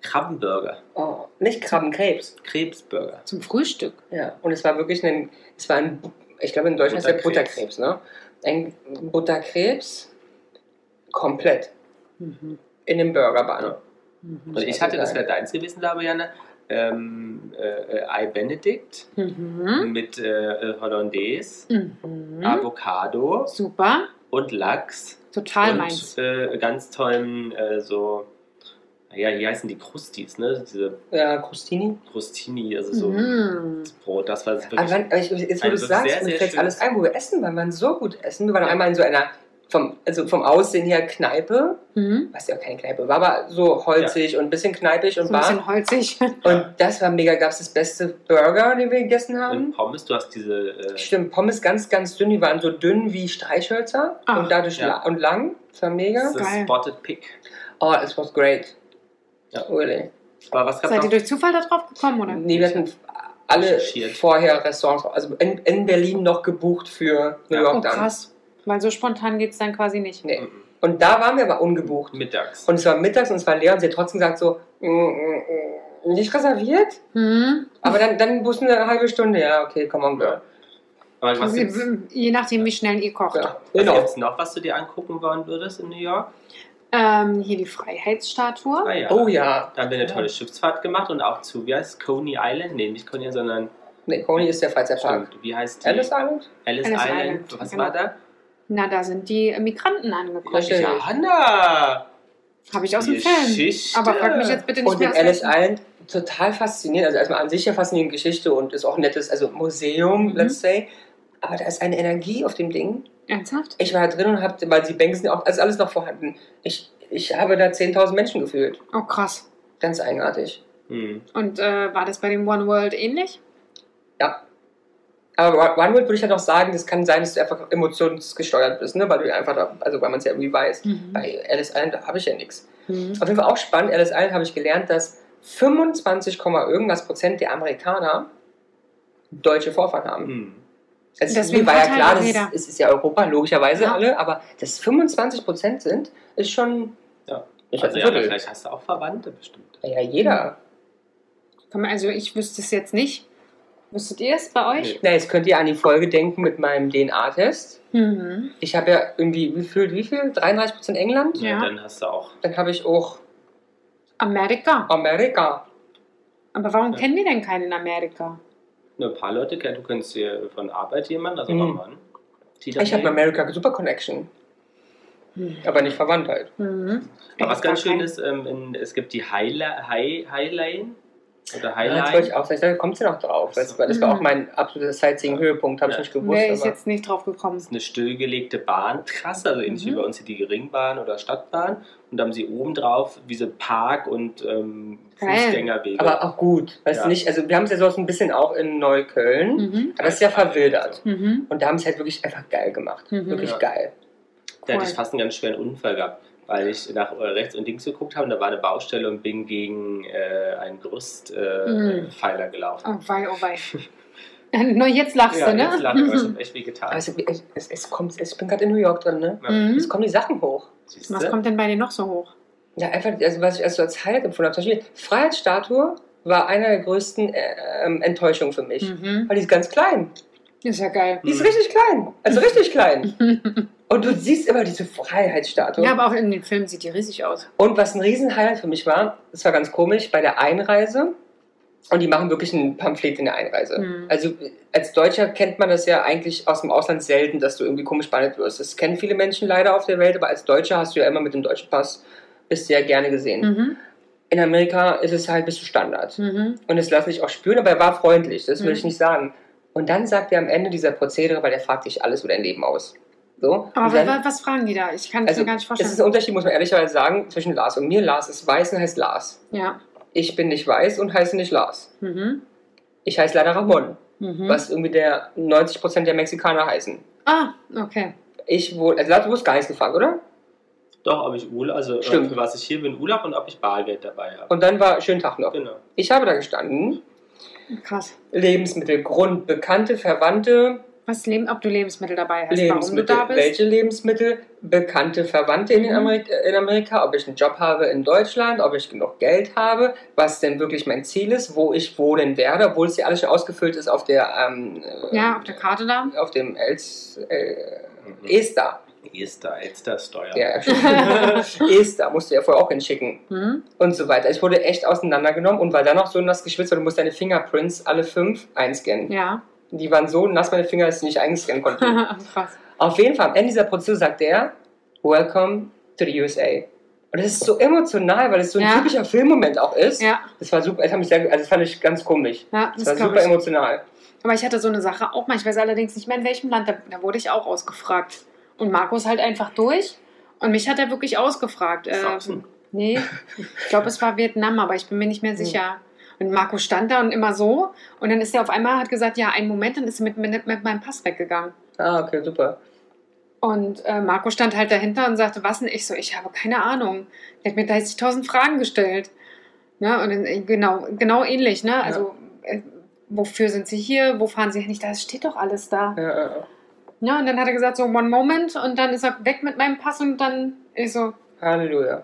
Speaker 6: Krabbenburger,
Speaker 5: Oh, nicht Krabben, Krebs.
Speaker 6: Krebsburger.
Speaker 2: Zum Frühstück.
Speaker 5: Ja, und es war wirklich ein, es war ein, ich glaube in Deutschland ist der
Speaker 6: Butterkrebs.
Speaker 5: Butterkrebs, ne? Ein Butterkrebs komplett
Speaker 2: Mhm.
Speaker 5: in dem Burgerbahn.
Speaker 6: Ja.
Speaker 2: Mhm.
Speaker 5: Hm,
Speaker 6: Und Also ich hatte, das halt wäre deins gewesen, glaube ich, Janne, ähm, äh, äh, Ei Benedict
Speaker 5: Hm?
Speaker 2: Mhm.
Speaker 6: mit äh, äh, Hollandaise,
Speaker 2: Mhm.
Speaker 6: Avocado
Speaker 2: Super.
Speaker 6: und Lachs
Speaker 2: Total meins.
Speaker 6: und äh, ganz tollen äh, so, ja, hier heißen die Krustis, ne? Diese
Speaker 5: Ja, Crustini.
Speaker 6: Crustini, also so
Speaker 2: Mhm.
Speaker 6: Brot, das war wirklich...
Speaker 5: Aber wann, aber ich, jetzt, wo
Speaker 6: Ein
Speaker 5: du
Speaker 6: wirklich
Speaker 5: es sagst,
Speaker 6: sehr,
Speaker 5: mir
Speaker 6: sehr
Speaker 5: fällt alles
Speaker 6: schönes-
Speaker 5: ein, wo wir essen waren. Wir waren so gut essen. Wir waren einmal in so einer, vom, also vom Aussehen her Kneipe,
Speaker 2: Mhm.
Speaker 5: was ja auch keine Kneipe war, aber so holzig und ein bisschen kneipig und
Speaker 2: So ein
Speaker 5: warm.
Speaker 2: bisschen holzig.
Speaker 5: Und das war mega, gab es das beste Burger, den wir gegessen haben.
Speaker 6: Und Äh, Pommes, du hast diese. Äh,
Speaker 5: Stimmt, Pommes ganz, ganz dünn, die waren so dünn wie Streichhölzer
Speaker 2: Ach,
Speaker 5: und dadurch
Speaker 6: ja.
Speaker 5: la und lang. Das war mega.
Speaker 6: das
Speaker 2: Geil.
Speaker 6: Spotted Pig.
Speaker 5: Oh, it was great.
Speaker 6: Ja.
Speaker 5: Really.
Speaker 6: Aber was
Speaker 2: Seid
Speaker 6: gab's
Speaker 2: ihr
Speaker 6: noch?
Speaker 2: durch Zufall da drauf gekommen, oder?
Speaker 5: Nee, wir hatten alle
Speaker 6: Recherchiert.
Speaker 5: vorher Restaurants, also in, in Berlin noch gebucht für New
Speaker 6: Ja.
Speaker 5: York
Speaker 2: Oh,
Speaker 5: dann.
Speaker 2: krass. Weil so spontan geht es dann quasi nicht.
Speaker 5: Nee.
Speaker 6: Mhm.
Speaker 5: Und da waren wir aber ungebucht.
Speaker 6: Mittags.
Speaker 5: Und es war mittags und es war leer und sie hat trotzdem gesagt so, "Mm, mm, mm, nicht reserviert?
Speaker 2: Mhm.
Speaker 5: Aber dann, dann mussten wir eine halbe Stunde, ja, okay, komm on, girl.
Speaker 6: Ja. Aber was gibt's,
Speaker 2: Also, Je nachdem, wie schnell ihr kocht.
Speaker 5: Ja,
Speaker 6: was
Speaker 5: genau.
Speaker 6: gibt's noch, was du dir angucken wollen würdest in New York?
Speaker 2: Ähm, hier die Freiheitsstatue.
Speaker 6: Ah, ja.
Speaker 5: Oh ja.
Speaker 6: Da haben wir eine tolle Schiffsfahrt gemacht und auch zu, wie heißt es, Coney Island? Nee, nicht Coney, sondern
Speaker 5: Nee, Coney ist der Freizeitpark.
Speaker 6: stimmt, wie heißt die?
Speaker 5: Alice Island?
Speaker 6: Ellis
Speaker 2: Ellis
Speaker 6: Island.
Speaker 2: Island,
Speaker 6: Was
Speaker 2: genau.
Speaker 6: war da?
Speaker 2: Na, da sind die äh, Migranten angekommen.
Speaker 5: Richtig.
Speaker 2: Ja.
Speaker 6: Ja, Hanna!
Speaker 2: Habe ich aus dem Film.
Speaker 6: Geschichte.
Speaker 2: Aber frag mich jetzt bitte nicht
Speaker 5: Und in
Speaker 2: mehr.
Speaker 5: Ellis
Speaker 2: aus dem-
Speaker 5: Island total faszinierend. Also erstmal an sich eine faszinierende Geschichte und ist auch ein nettes also Museum,
Speaker 2: Mhm.
Speaker 5: let's say. Aber da ist eine Energie auf dem Ding.
Speaker 2: Ernsthaft?
Speaker 5: Ich war da drin und habe, weil die Bänke sind auch, also alles noch vorhanden. Ich, ich habe da 10.000 Menschen gefühlt.
Speaker 2: Oh, krass.
Speaker 5: Ganz eigenartig.
Speaker 6: Hm.
Speaker 2: Und äh, war das bei dem One World ähnlich?
Speaker 5: Ja. Aber OneWorld würde ich halt auch sagen, das kann sein, dass du einfach emotionsgesteuert bist, ne? weil du einfach, da, also weil man es ja irgendwie weiß. Bei Alice Island da habe ich ja nichts.
Speaker 2: Mhm.
Speaker 5: Auf jeden Fall auch spannend, Alice Island habe ich gelernt, dass 25, Komma irgendwas Prozent der Amerikaner deutsche Vorfahren haben.
Speaker 6: Hm.
Speaker 5: Also
Speaker 2: Deswegen
Speaker 5: mir war ja
Speaker 2: verteilt
Speaker 5: klar,
Speaker 2: Mhm. das
Speaker 5: das
Speaker 2: jeder.
Speaker 5: ist, es ist ja Europa, logischerweise
Speaker 2: Ja.
Speaker 5: alle, aber dass 25 Prozent sind, ist schon.
Speaker 6: Ja.
Speaker 5: Ist
Speaker 6: Also,
Speaker 5: halt ein
Speaker 6: ja, aber
Speaker 5: Viertel.
Speaker 6: vielleicht hast du auch Verwandte bestimmt.
Speaker 5: Ja, jeder.
Speaker 2: Komm, Also, ich wüsste es jetzt nicht. Wüsstet ihr es bei euch?
Speaker 5: Na, jetzt könnt ihr an die Folge denken mit meinem DNA-Test.
Speaker 2: Mhm.
Speaker 5: Ich habe ja irgendwie, wie viel, wie viel? 33% England?
Speaker 2: Ja.
Speaker 6: Also Dann hast du auch.
Speaker 5: Dann habe ich auch
Speaker 2: Amerika.
Speaker 5: Amerika.
Speaker 2: Aber warum
Speaker 6: Ja.
Speaker 2: kennen die denn keinen in Amerika?
Speaker 6: Nur ein paar Leute kennen. Du kennst hier von Arbeit jemanden, also
Speaker 5: Mhm.
Speaker 6: Ramon. Die da
Speaker 5: Ich habe
Speaker 6: leben.
Speaker 5: America Super Connection,
Speaker 2: Mhm.
Speaker 5: aber nicht verwandt halt.
Speaker 2: Mhm.
Speaker 6: Aber was ganz
Speaker 2: Gar
Speaker 6: schön
Speaker 2: kein-
Speaker 6: ist, ähm, in, es gibt die Highla- High, Highline oder
Speaker 5: Ja, das wollte ich
Speaker 6: Highline.
Speaker 5: auch sagen. Da kommt sie noch drauf. Das war, das war auch mein absoluter Sightseeing-Höhepunkt, habe ich
Speaker 6: Ja.
Speaker 5: nicht gewusst.
Speaker 2: Wäre ich
Speaker 5: Aber
Speaker 2: jetzt nicht drauf gekommen.
Speaker 6: eine stillgelegte Bahn, krass, also ähnlich
Speaker 2: Mhm.
Speaker 6: wie bei uns hier die Ringbahn oder Stadtbahn. Und da haben sie oben drauf diese Park- und ähm,
Speaker 2: Geil.
Speaker 6: Fußgängerwege.
Speaker 5: aber auch gut. Weißt
Speaker 6: Ja.
Speaker 5: du nicht, also wir haben es ja sowas ein bisschen auch in Neukölln,
Speaker 2: Mhm.
Speaker 5: aber das ist ja verwildert.
Speaker 2: Mhm.
Speaker 5: Und da haben sie halt wirklich einfach geil gemacht.
Speaker 2: Mhm.
Speaker 5: Wirklich
Speaker 6: Ja.
Speaker 5: geil.
Speaker 6: Da hätte
Speaker 2: Cool.
Speaker 6: ich fast einen ganz schweren Unfall gehabt, weil ich nach äh, rechts und links geguckt habe und da war eine Baustelle und bin gegen äh, einen Gerüstpfeiler äh,
Speaker 2: Mhm.
Speaker 6: Pfeiler gelaufen.
Speaker 2: Oh, wei, oh, wei. Nur jetzt lachst du, ne?
Speaker 6: jetzt lacht ihr, aber es hat echt weh getan.
Speaker 5: Aber es, Also, es, es, es kommt, es, ich bin gerade in New York drin, ne?
Speaker 6: Ja,
Speaker 2: Mhm.
Speaker 5: Es kommen die Sachen hoch.
Speaker 6: siehste?
Speaker 2: Was kommt denn bei dir noch so hoch?
Speaker 5: Ja, einfach, also was ich erst so als Highlight empfunden habe. Zum Beispiel, Freiheitsstatue war einer der größten äh, ähm, Enttäuschungen für mich.
Speaker 2: Mhm.
Speaker 5: Weil die ist ganz klein.
Speaker 2: Ist ja geil.
Speaker 5: Die ist
Speaker 6: Mhm.
Speaker 5: richtig klein. Also richtig klein. Und du siehst immer diese Freiheitsstatue.
Speaker 2: Ja, aber auch in den Filmen sieht die riesig aus.
Speaker 5: Und was ein Riesenhighlight für mich war, das war ganz komisch, bei der Einreise, und die machen wirklich ein Pamphlet in der Einreise.
Speaker 2: Mhm.
Speaker 5: Also als Deutscher kennt man das ja eigentlich aus dem Ausland selten, dass du irgendwie komisch behandelt wirst. Das kennen viele Menschen leider auf der Welt, aber als Deutscher hast du ja immer mit dem deutschen Pass, bist du ja gerne gesehen.
Speaker 2: Mhm.
Speaker 5: In Amerika ist es halt bist du Standard.
Speaker 2: Mhm.
Speaker 5: Und das lasse ich auch spüren, aber er war freundlich, das will
Speaker 2: Mhm.
Speaker 5: ich nicht sagen. Und dann sagt er am Ende dieser Prozedere, weil der fragt dich alles über dein Leben aus. So?
Speaker 2: Aber
Speaker 5: Und dann,
Speaker 2: wa- was fragen die da? Ich kann es
Speaker 5: Also,
Speaker 2: mir gar nicht
Speaker 5: es ist ein
Speaker 2: vorstellen.
Speaker 5: Unterschied, muss man ehrlicherweise sagen, zwischen Lars und mir. Lars ist weiß und heißt Lars.
Speaker 2: Ja.
Speaker 5: Ich bin nicht weiß und heiße nicht Lars.
Speaker 2: Mhm.
Speaker 5: Ich heiße leider Ramon,
Speaker 2: Mhm.
Speaker 5: was irgendwie der 90% der Mexikaner heißen.
Speaker 2: Ah, okay.
Speaker 5: Ich wohl, also Lars, du wurdest gar nichts gefragt, oder?
Speaker 6: Doch, ob ich Urlaub, also
Speaker 5: Stimmt.
Speaker 6: ähm, für was ich hier bin, Urlaub und ob ich Bargeld dabei habe.
Speaker 5: Und dann war schönen Tag noch.
Speaker 6: Genau.
Speaker 5: Ich habe da gestanden,
Speaker 2: Krass.
Speaker 5: Lebensmittelgrund, Bekannte, Verwandte,
Speaker 2: Was Leben, ob du Lebensmittel dabei hast, warum du
Speaker 5: Lebensmittel.
Speaker 2: da bist?
Speaker 5: Welche Lebensmittel? Bekannte Verwandte in, den
Speaker 2: Mhm.
Speaker 5: Amerik in Amerika, ob ich einen Job habe in Deutschland, ob ich genug Geld habe, was denn wirklich mein Ziel ist, wo ich wohnen werde, obwohl es ja alles schon ausgefüllt ist auf der, ähm, äh,
Speaker 2: Ja, auf der Karte da.
Speaker 5: auf dem Els, äh,
Speaker 6: Mhm.
Speaker 5: Ester.
Speaker 6: Ester, Elstersteuer.
Speaker 5: Ja, Ester musst du ja vorher auch hinschicken
Speaker 2: Mhm.
Speaker 5: und so weiter. Ich wurde echt auseinandergenommen und war dann noch so nass geschwitzt, weil du musst deine Fingerprints alle fünf einscannen.
Speaker 2: Ja.
Speaker 5: Die waren so nass, meine Finger, dass ich nicht einscannen konnte.
Speaker 2: Krass.
Speaker 5: Auf jeden Fall, am Ende dieser Prozedur sagt er, Welcome to the USA. Und das ist so emotional, weil es so ein
Speaker 2: Ja.
Speaker 5: typischer Filmmoment auch ist.
Speaker 2: Ja,
Speaker 5: Das war super, das, hat mich sehr, also das fand ich ganz komisch.
Speaker 2: ja
Speaker 5: Das,
Speaker 2: das
Speaker 5: war
Speaker 2: glaube
Speaker 5: super
Speaker 2: ich.
Speaker 5: emotional.
Speaker 2: Aber ich hatte so eine Sache auch mal. Ich weiß allerdings nicht mehr, in welchem Land. Da, da wurde ich auch ausgefragt. Und Markus halt einfach durch. Und mich hat er wirklich ausgefragt.
Speaker 6: Sachsen.
Speaker 2: Ähm, nee, ich glaube, es war Vietnam, aber ich bin mir nicht mehr sicher. Und Markus stand da und immer so. Und dann ist er auf einmal, hat gesagt, ja, einen Moment, dann ist er mit, mit, mit meinem Pass weggegangen.
Speaker 5: Ah, okay, super.
Speaker 2: Und äh, Marco stand halt dahinter und sagte, was denn? Ich so, ich habe keine Ahnung. Der hat mir 30.000 Fragen gestellt. Ne? Und dann, äh, genau, genau ähnlich, ne? Also, äh, wofür sind sie hier? Wo fahren sie hin? Ich dachte, das steht doch alles da.
Speaker 5: Ja, ja, ja.
Speaker 2: Ja, und dann hat er gesagt, so, one moment. Und dann ist er weg mit meinem Pass und dann, ich so,
Speaker 5: Halleluja.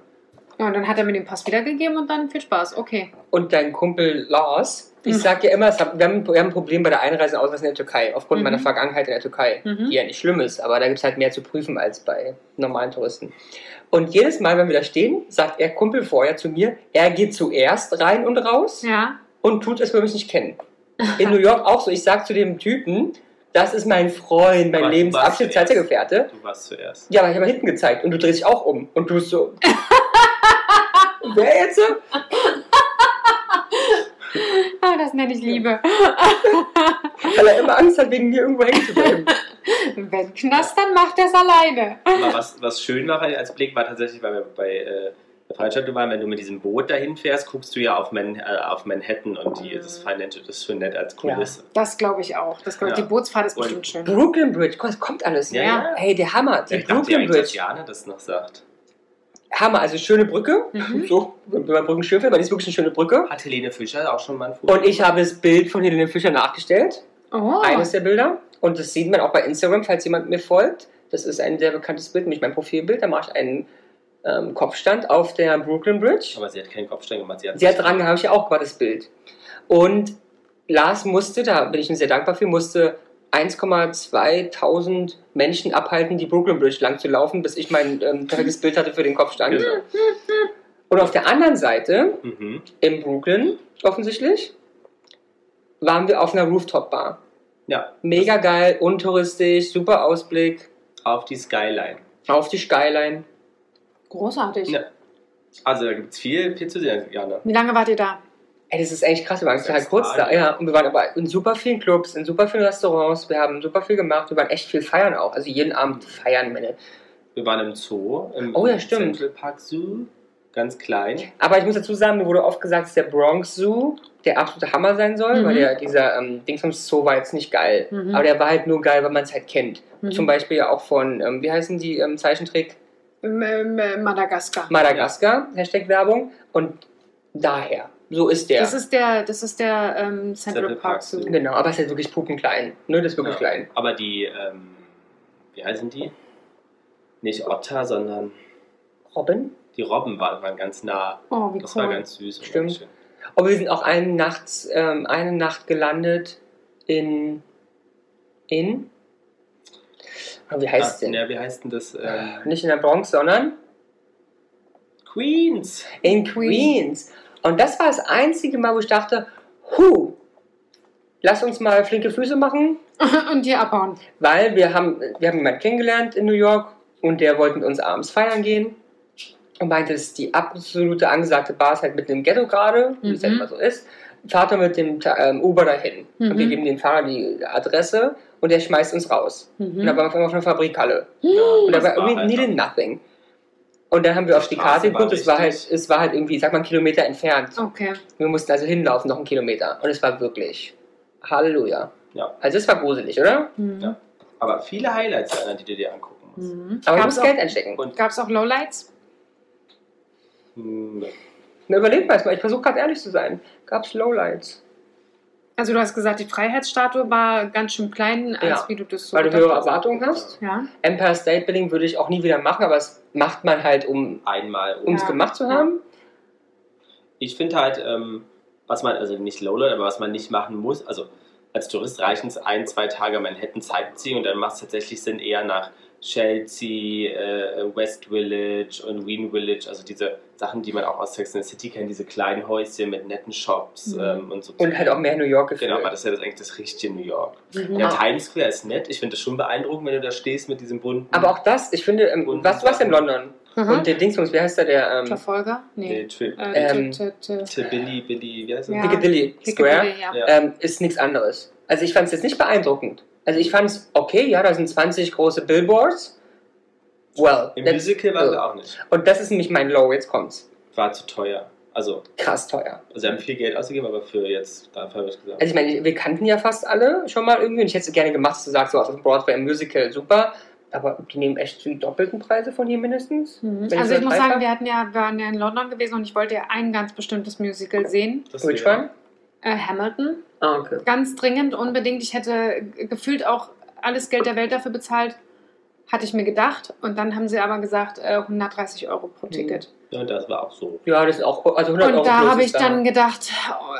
Speaker 2: Ja, und dann hat er mir den Pass wiedergegeben und dann viel Spaß. Okay.
Speaker 5: Und dein Kumpel Lars, ich
Speaker 2: Mhm.
Speaker 5: sag ja immer, es hat, wir, haben, wir haben ein Problem bei der Einreise und Ausreise in der Türkei, aufgrund
Speaker 2: Mhm.
Speaker 5: meiner Vergangenheit in der Türkei,
Speaker 2: Mhm.
Speaker 5: die ja nicht schlimm ist, aber da gibt es halt mehr zu prüfen als bei normalen Touristen. Und jedes Mal, wenn wir da stehen, sagt er Kumpel vorher zu mir, er geht zuerst rein und raus
Speaker 2: Ja.
Speaker 5: und tut, als würde mich nicht kennen. In New York auch so, ich sag zu dem Typen, das ist mein Freund, mein
Speaker 6: Aber du
Speaker 5: Lebensabschnitt,
Speaker 6: warst zuerst.
Speaker 5: Zeitgefährte.
Speaker 6: Du warst zuerst.
Speaker 5: Ja, aber ich habe hinten gezeigt und du drehst dich auch um und tust so. Wer jetzt?
Speaker 2: Ah, das nenne ich Liebe.
Speaker 5: Weil er immer Angst hat, wegen mir irgendwo hängen zu bleiben.
Speaker 2: Wenn Knast, dann macht er es alleine.
Speaker 6: Aber was, was schön war als Blick, war tatsächlich, weil wir bei äh, der Freundschaft waren, wenn du mit diesem Boot dahin fährst, guckst du ja auf, Man, äh, auf Manhattan und die, das Financial das ist schon nett als Kulisse.
Speaker 2: Das glaube ich auch. Das glaub ich.
Speaker 6: Ja.
Speaker 2: Die Bootsfahrt ist
Speaker 6: Und-
Speaker 2: bestimmt schön.
Speaker 5: Brooklyn Bridge, guck, es kommt alles.
Speaker 6: Ja, ja.
Speaker 5: Hey, der Hammer,
Speaker 6: Ja,
Speaker 5: die
Speaker 6: ich dachte ja
Speaker 5: Brooklyn
Speaker 6: eigentlich, dass
Speaker 5: Bridge.
Speaker 6: Jana das noch sagt.
Speaker 5: Hammer, also schöne Brücke.
Speaker 2: Mhm.
Speaker 5: So, wenn man Brücken schön findet, dann ist wirklich eine schöne Brücke.
Speaker 6: Hat Helene Fischer auch schon mal ein Foto?
Speaker 5: Und ich habe das Bild von Helene Fischer nachgestellt.
Speaker 2: Oh.
Speaker 5: Eines der Bilder. Und das sieht man auch bei Instagram, falls jemand mir folgt. Das ist ein sehr bekanntes Bild, nämlich mein Profilbild. Da mache ich einen ähm, Kopfstand auf der Brooklyn Bridge.
Speaker 6: Aber sie hat keinen Kopfstein gemacht. Sie hat,
Speaker 5: Sehr dran habe ich ja auch gerade das Bild. Und Lars musste, da bin ich ihm sehr dankbar für, musste 1,2000 Menschen abhalten, die Brooklyn Bridge lang zu laufen, bis ich mein ähm, perfektes Bild hatte für den Kopfstand.
Speaker 6: Genau.
Speaker 5: Und auf der anderen Seite,
Speaker 6: Mhm.
Speaker 5: in Brooklyn offensichtlich, waren wir auf einer Rooftop-Bar.
Speaker 6: Ja,
Speaker 5: Mega geil, untouristisch, super Ausblick
Speaker 6: auf die Skyline.
Speaker 5: auf die Skyline.
Speaker 2: Großartig.
Speaker 6: Ja. Also da gibt es viel, viel zu sehen, Jana.
Speaker 2: Wie lange wart ihr da?
Speaker 5: Ey, das ist eigentlich krass, wir waren
Speaker 6: Sechs
Speaker 5: total kurz da.
Speaker 6: Tage.
Speaker 5: Ja, und wir waren aber in super vielen Clubs, in super vielen Restaurants, wir haben super viel gemacht, wir waren echt viel feiern auch. Also jeden Abend feiern, meine.
Speaker 6: Wir waren im Zoo, im
Speaker 5: Oh ja, stimmt.
Speaker 6: Central Park Zoo, ganz klein.
Speaker 5: Aber ich muss dazu sagen, mir wurde oft gesagt, dass der Bronx Zoo der absolute Hammer sein soll,
Speaker 2: Mhm.
Speaker 5: weil der, dieser ähm, Dings vom Zoo war jetzt nicht geil.
Speaker 2: Mhm.
Speaker 5: Aber der war halt nur geil, weil man es halt kennt.
Speaker 2: Mhm.
Speaker 5: Zum Beispiel ja auch von, ähm, wie heißen die ähm, Zeichentrick?
Speaker 2: M- M- M- Madagaskar.
Speaker 5: Madagaskar, Hashtag Werbung. Und daher. So ist der.
Speaker 2: Das ist der, das ist der ähm, Central,
Speaker 6: Central
Speaker 2: Park
Speaker 6: Park
Speaker 2: Zoo.
Speaker 6: Zoo.
Speaker 5: genau, aber es ist halt wirklich pupenklein. Ne, das ist wirklich
Speaker 6: Ja.
Speaker 5: klein.
Speaker 6: Aber die, ähm, wie heißen die? Nicht Otter, sondern
Speaker 5: Robin?
Speaker 6: die Robben waren, waren ganz nah.
Speaker 2: Oh, wie
Speaker 6: Das
Speaker 2: cool.
Speaker 6: war ganz süß. und
Speaker 5: Stimmt.
Speaker 6: ganz schön.
Speaker 5: Aber wir sind auch einen nachts, ähm, eine Nacht gelandet in. In? Ah, Wie heißt
Speaker 6: Ah,
Speaker 5: denn? Ah,
Speaker 6: Ja, wie heißt denn das? Ähm,
Speaker 5: Nicht in der Bronx, sondern
Speaker 6: Queens.
Speaker 5: in
Speaker 2: Queens.
Speaker 5: Queens. Und das war das einzige Mal, wo ich dachte, hu, lass uns mal flinke Füße machen,
Speaker 2: Und hier abhauen.
Speaker 5: weil wir haben, wir haben jemanden kennengelernt in New York und der wollte mit uns abends feiern gehen und meinte, es ist die absolute angesagte Bar, ist halt mitten im Ghetto gerade, wie es
Speaker 2: Mhm.
Speaker 5: halt immer so ist. Fahrt doch mit dem Ta- ähm, Uber dahin.
Speaker 2: Mhm.
Speaker 5: Und wir geben dem Fahrer die Adresse und der schmeißt uns raus. Und dann
Speaker 2: Mhm.
Speaker 5: waren wir auf einmal auf einer Fabrikhalle.
Speaker 6: Ja,
Speaker 5: Und da
Speaker 6: Oh, das halt
Speaker 5: war irgendwie
Speaker 6: einfach-
Speaker 5: needed nothing. Und dann haben wir auf die
Speaker 6: Die Straße
Speaker 5: Karte
Speaker 6: war
Speaker 5: geguckt, es war, halt,
Speaker 6: richtig.
Speaker 5: es war halt irgendwie, sag mal, einen Kilometer entfernt.
Speaker 2: Okay.
Speaker 5: Wir mussten also hinlaufen, noch einen Kilometer. Und es war wirklich. Halleluja.
Speaker 6: Ja.
Speaker 5: Also es war gruselig, oder?
Speaker 2: Mhm.
Speaker 6: Ja. Aber viele Highlights, Jana, die du dir angucken musst.
Speaker 2: Mhm.
Speaker 5: Aber du
Speaker 2: Gab's
Speaker 5: musst
Speaker 2: auch,
Speaker 5: Geld einstecken.
Speaker 6: Und-
Speaker 2: gab's auch Lowlights?
Speaker 6: Hm,
Speaker 5: Na, überleg mal, erstmal, ich versuche gerade ehrlich zu sein. Gab's Lowlights?
Speaker 2: Also du hast gesagt, die Freiheitsstatue war ganz schön klein, als
Speaker 5: Ja.
Speaker 2: wie du das so
Speaker 5: Weil du
Speaker 2: gedacht
Speaker 5: höhere
Speaker 2: hast.
Speaker 5: Erwartungen hast.
Speaker 2: Ja.
Speaker 5: Empire State Building würde ich auch nie wieder machen, aber es macht man halt, um
Speaker 6: Einmal.
Speaker 5: um es
Speaker 2: Ja.
Speaker 5: gemacht zu haben.
Speaker 6: Ich finde halt, ähm, was man, also nicht Lowlight, aber was man nicht machen muss, also als Tourist reichen es ein, zwei Tage Manhattan Zeit ziehen und dann macht es tatsächlich Sinn, eher nach Chelsea, äh, West Village und Wien Village, also diese Sachen, die man auch aus Sex and the City kennt, diese kleinen Häuschen mit netten Shops
Speaker 2: Mhm.
Speaker 6: ähm, und so.
Speaker 5: Und halt auch mehr New York gefühlt.
Speaker 6: Genau, aber das ist ja das eigentlich das richtige New York.
Speaker 2: Mhm.
Speaker 6: Der
Speaker 5: Ja.
Speaker 6: Times Square ist nett, ich finde das schon beeindruckend, wenn du da stehst mit diesem bunten
Speaker 5: aber auch das, ich finde, ähm,
Speaker 6: Und-
Speaker 5: was, du warst in London. Und
Speaker 2: Mhm.
Speaker 5: der Dingsbums, wie heißt der, der ähm,
Speaker 2: Verfolger? Nee.
Speaker 6: nee, Trip.
Speaker 2: Äh,
Speaker 5: Ähm,
Speaker 2: t- t- t-
Speaker 6: Till Billy, Billy, wie heißt
Speaker 2: Ja.
Speaker 6: das?
Speaker 5: Piccadilly Square?
Speaker 2: Piccadilly, ja.
Speaker 6: Ja.
Speaker 5: ähm, ist nichts anderes. Also ich fand es jetzt nicht beeindruckend. Also ich fand es okay, ja, da sind 20 große Billboards. Well,
Speaker 6: Im
Speaker 5: that's-
Speaker 6: Musical waren wir auch nicht.
Speaker 5: und das ist nämlich mein Low, jetzt kommt's.
Speaker 6: War zu teuer. Also,
Speaker 5: Krass teuer.
Speaker 6: also wir haben viel Geld ausgegeben, aber für jetzt, dafür habe ich gesagt.
Speaker 5: Also ich meine, wir kannten ja fast alle schon mal irgendwie und ich hätte es gerne gemacht, dass du sagst, so auf dem Broadway im Musical, super. Aber die nehmen echt die doppelten Preise von hier mindestens.
Speaker 2: Mhm.
Speaker 5: Wenn
Speaker 2: Also
Speaker 5: ich
Speaker 2: ich muss
Speaker 5: übertreibe.
Speaker 2: sagen, wir hatten ja, wir waren ja in London gewesen und ich wollte ja ein ganz bestimmtes Musical sehen.
Speaker 6: das
Speaker 5: Which
Speaker 6: wäre-
Speaker 5: one?
Speaker 2: Äh, Hamilton.
Speaker 5: Ah, okay.
Speaker 2: ganz dringend, unbedingt. Ich hätte gefühlt auch alles Geld der Welt dafür bezahlt, Hatte ich mir gedacht. Und dann haben sie aber gesagt, äh, 130 Euro pro
Speaker 5: Mhm.
Speaker 2: Ticket.
Speaker 6: Ja, das war auch so.
Speaker 5: Ja, das ist auch, also 100 Euro
Speaker 2: Und da
Speaker 5: plus
Speaker 2: habe
Speaker 5: ist
Speaker 2: ich dann gedacht,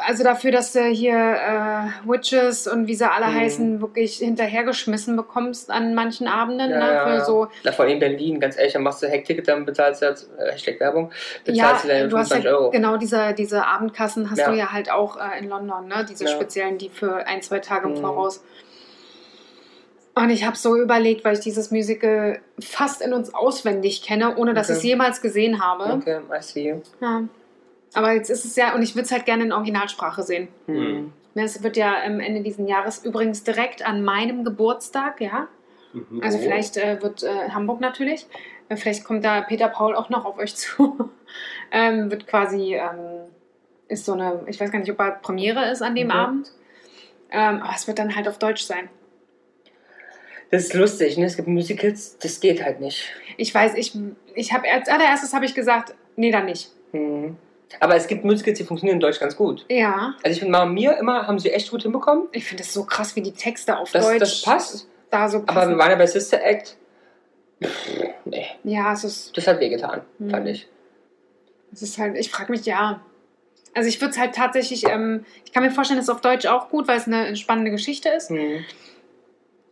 Speaker 2: also dafür, dass du hier äh, Witches und wie sie alle
Speaker 5: Mhm.
Speaker 2: heißen, wirklich hinterhergeschmissen bekommst an manchen Abenden.
Speaker 5: Ja,
Speaker 2: ne,
Speaker 5: ja,
Speaker 2: für
Speaker 5: ja.
Speaker 2: so,
Speaker 5: Na, vor allem in Berlin, ganz ehrlich, dann machst du Hackticket, dann bezahlst du jetzt, äh, Hashtag Werbung,
Speaker 2: ja,
Speaker 5: bezahlst du deine
Speaker 2: du hast
Speaker 5: 25
Speaker 2: ja
Speaker 5: Euro.
Speaker 2: genau diese, diese Abendkassen hast
Speaker 5: Ja.
Speaker 2: du ja halt auch äh, in London, ne? diese
Speaker 5: Ja.
Speaker 2: speziellen, die für ein, zwei Tage im
Speaker 5: Mhm.
Speaker 2: Voraus. Und ich habe so überlegt, weil ich dieses Musical fast in uns auswendig kenne, ohne dass
Speaker 5: Okay.
Speaker 2: ich es jemals gesehen habe.
Speaker 5: Okay, I see.
Speaker 2: Ja. Aber jetzt ist es ja, und ich würde es halt gerne in Originalsprache sehen.
Speaker 5: Hm.
Speaker 2: Ne, Es wird ja am Ende diesen Jahres übrigens direkt an meinem Geburtstag, ja.
Speaker 6: Mhm.
Speaker 2: Also
Speaker 6: Oh.
Speaker 2: vielleicht äh, wird äh, Hamburg natürlich, äh, vielleicht kommt da Peter Paul auch noch auf euch zu. ähm, wird quasi, ähm, ist so eine, ich weiß gar nicht, ob er Premiere ist an dem
Speaker 5: Mhm.
Speaker 2: Abend. Ähm, aber es wird dann halt auf Deutsch sein.
Speaker 5: Das ist lustig, ne? Es gibt Musicals, das geht halt nicht.
Speaker 2: Ich weiß, ich, ich habe als allererstes habe ich gesagt, nee, dann nicht.
Speaker 5: Hm. Aber es gibt Musicals, die funktionieren in Deutsch ganz gut.
Speaker 2: Ja,
Speaker 5: Also ich finde, Mama Mia immer haben sie echt gut hinbekommen.
Speaker 2: ich finde das so krass, wie die Texte auf
Speaker 5: Das,
Speaker 2: Deutsch
Speaker 5: das passt.
Speaker 2: da so
Speaker 5: Aber wir
Speaker 2: passen.
Speaker 5: waren ja bei Sister Act. Pff, nee,
Speaker 2: Ja, es ist
Speaker 5: das hat wehgetan,
Speaker 2: Hm.
Speaker 5: fand ich.
Speaker 2: Es ist halt, ich frage mich ja. Also ich würde es halt tatsächlich, ähm, ich kann mir vorstellen, es ist auf Deutsch auch gut, weil es eine spannende Geschichte ist.
Speaker 5: Hm.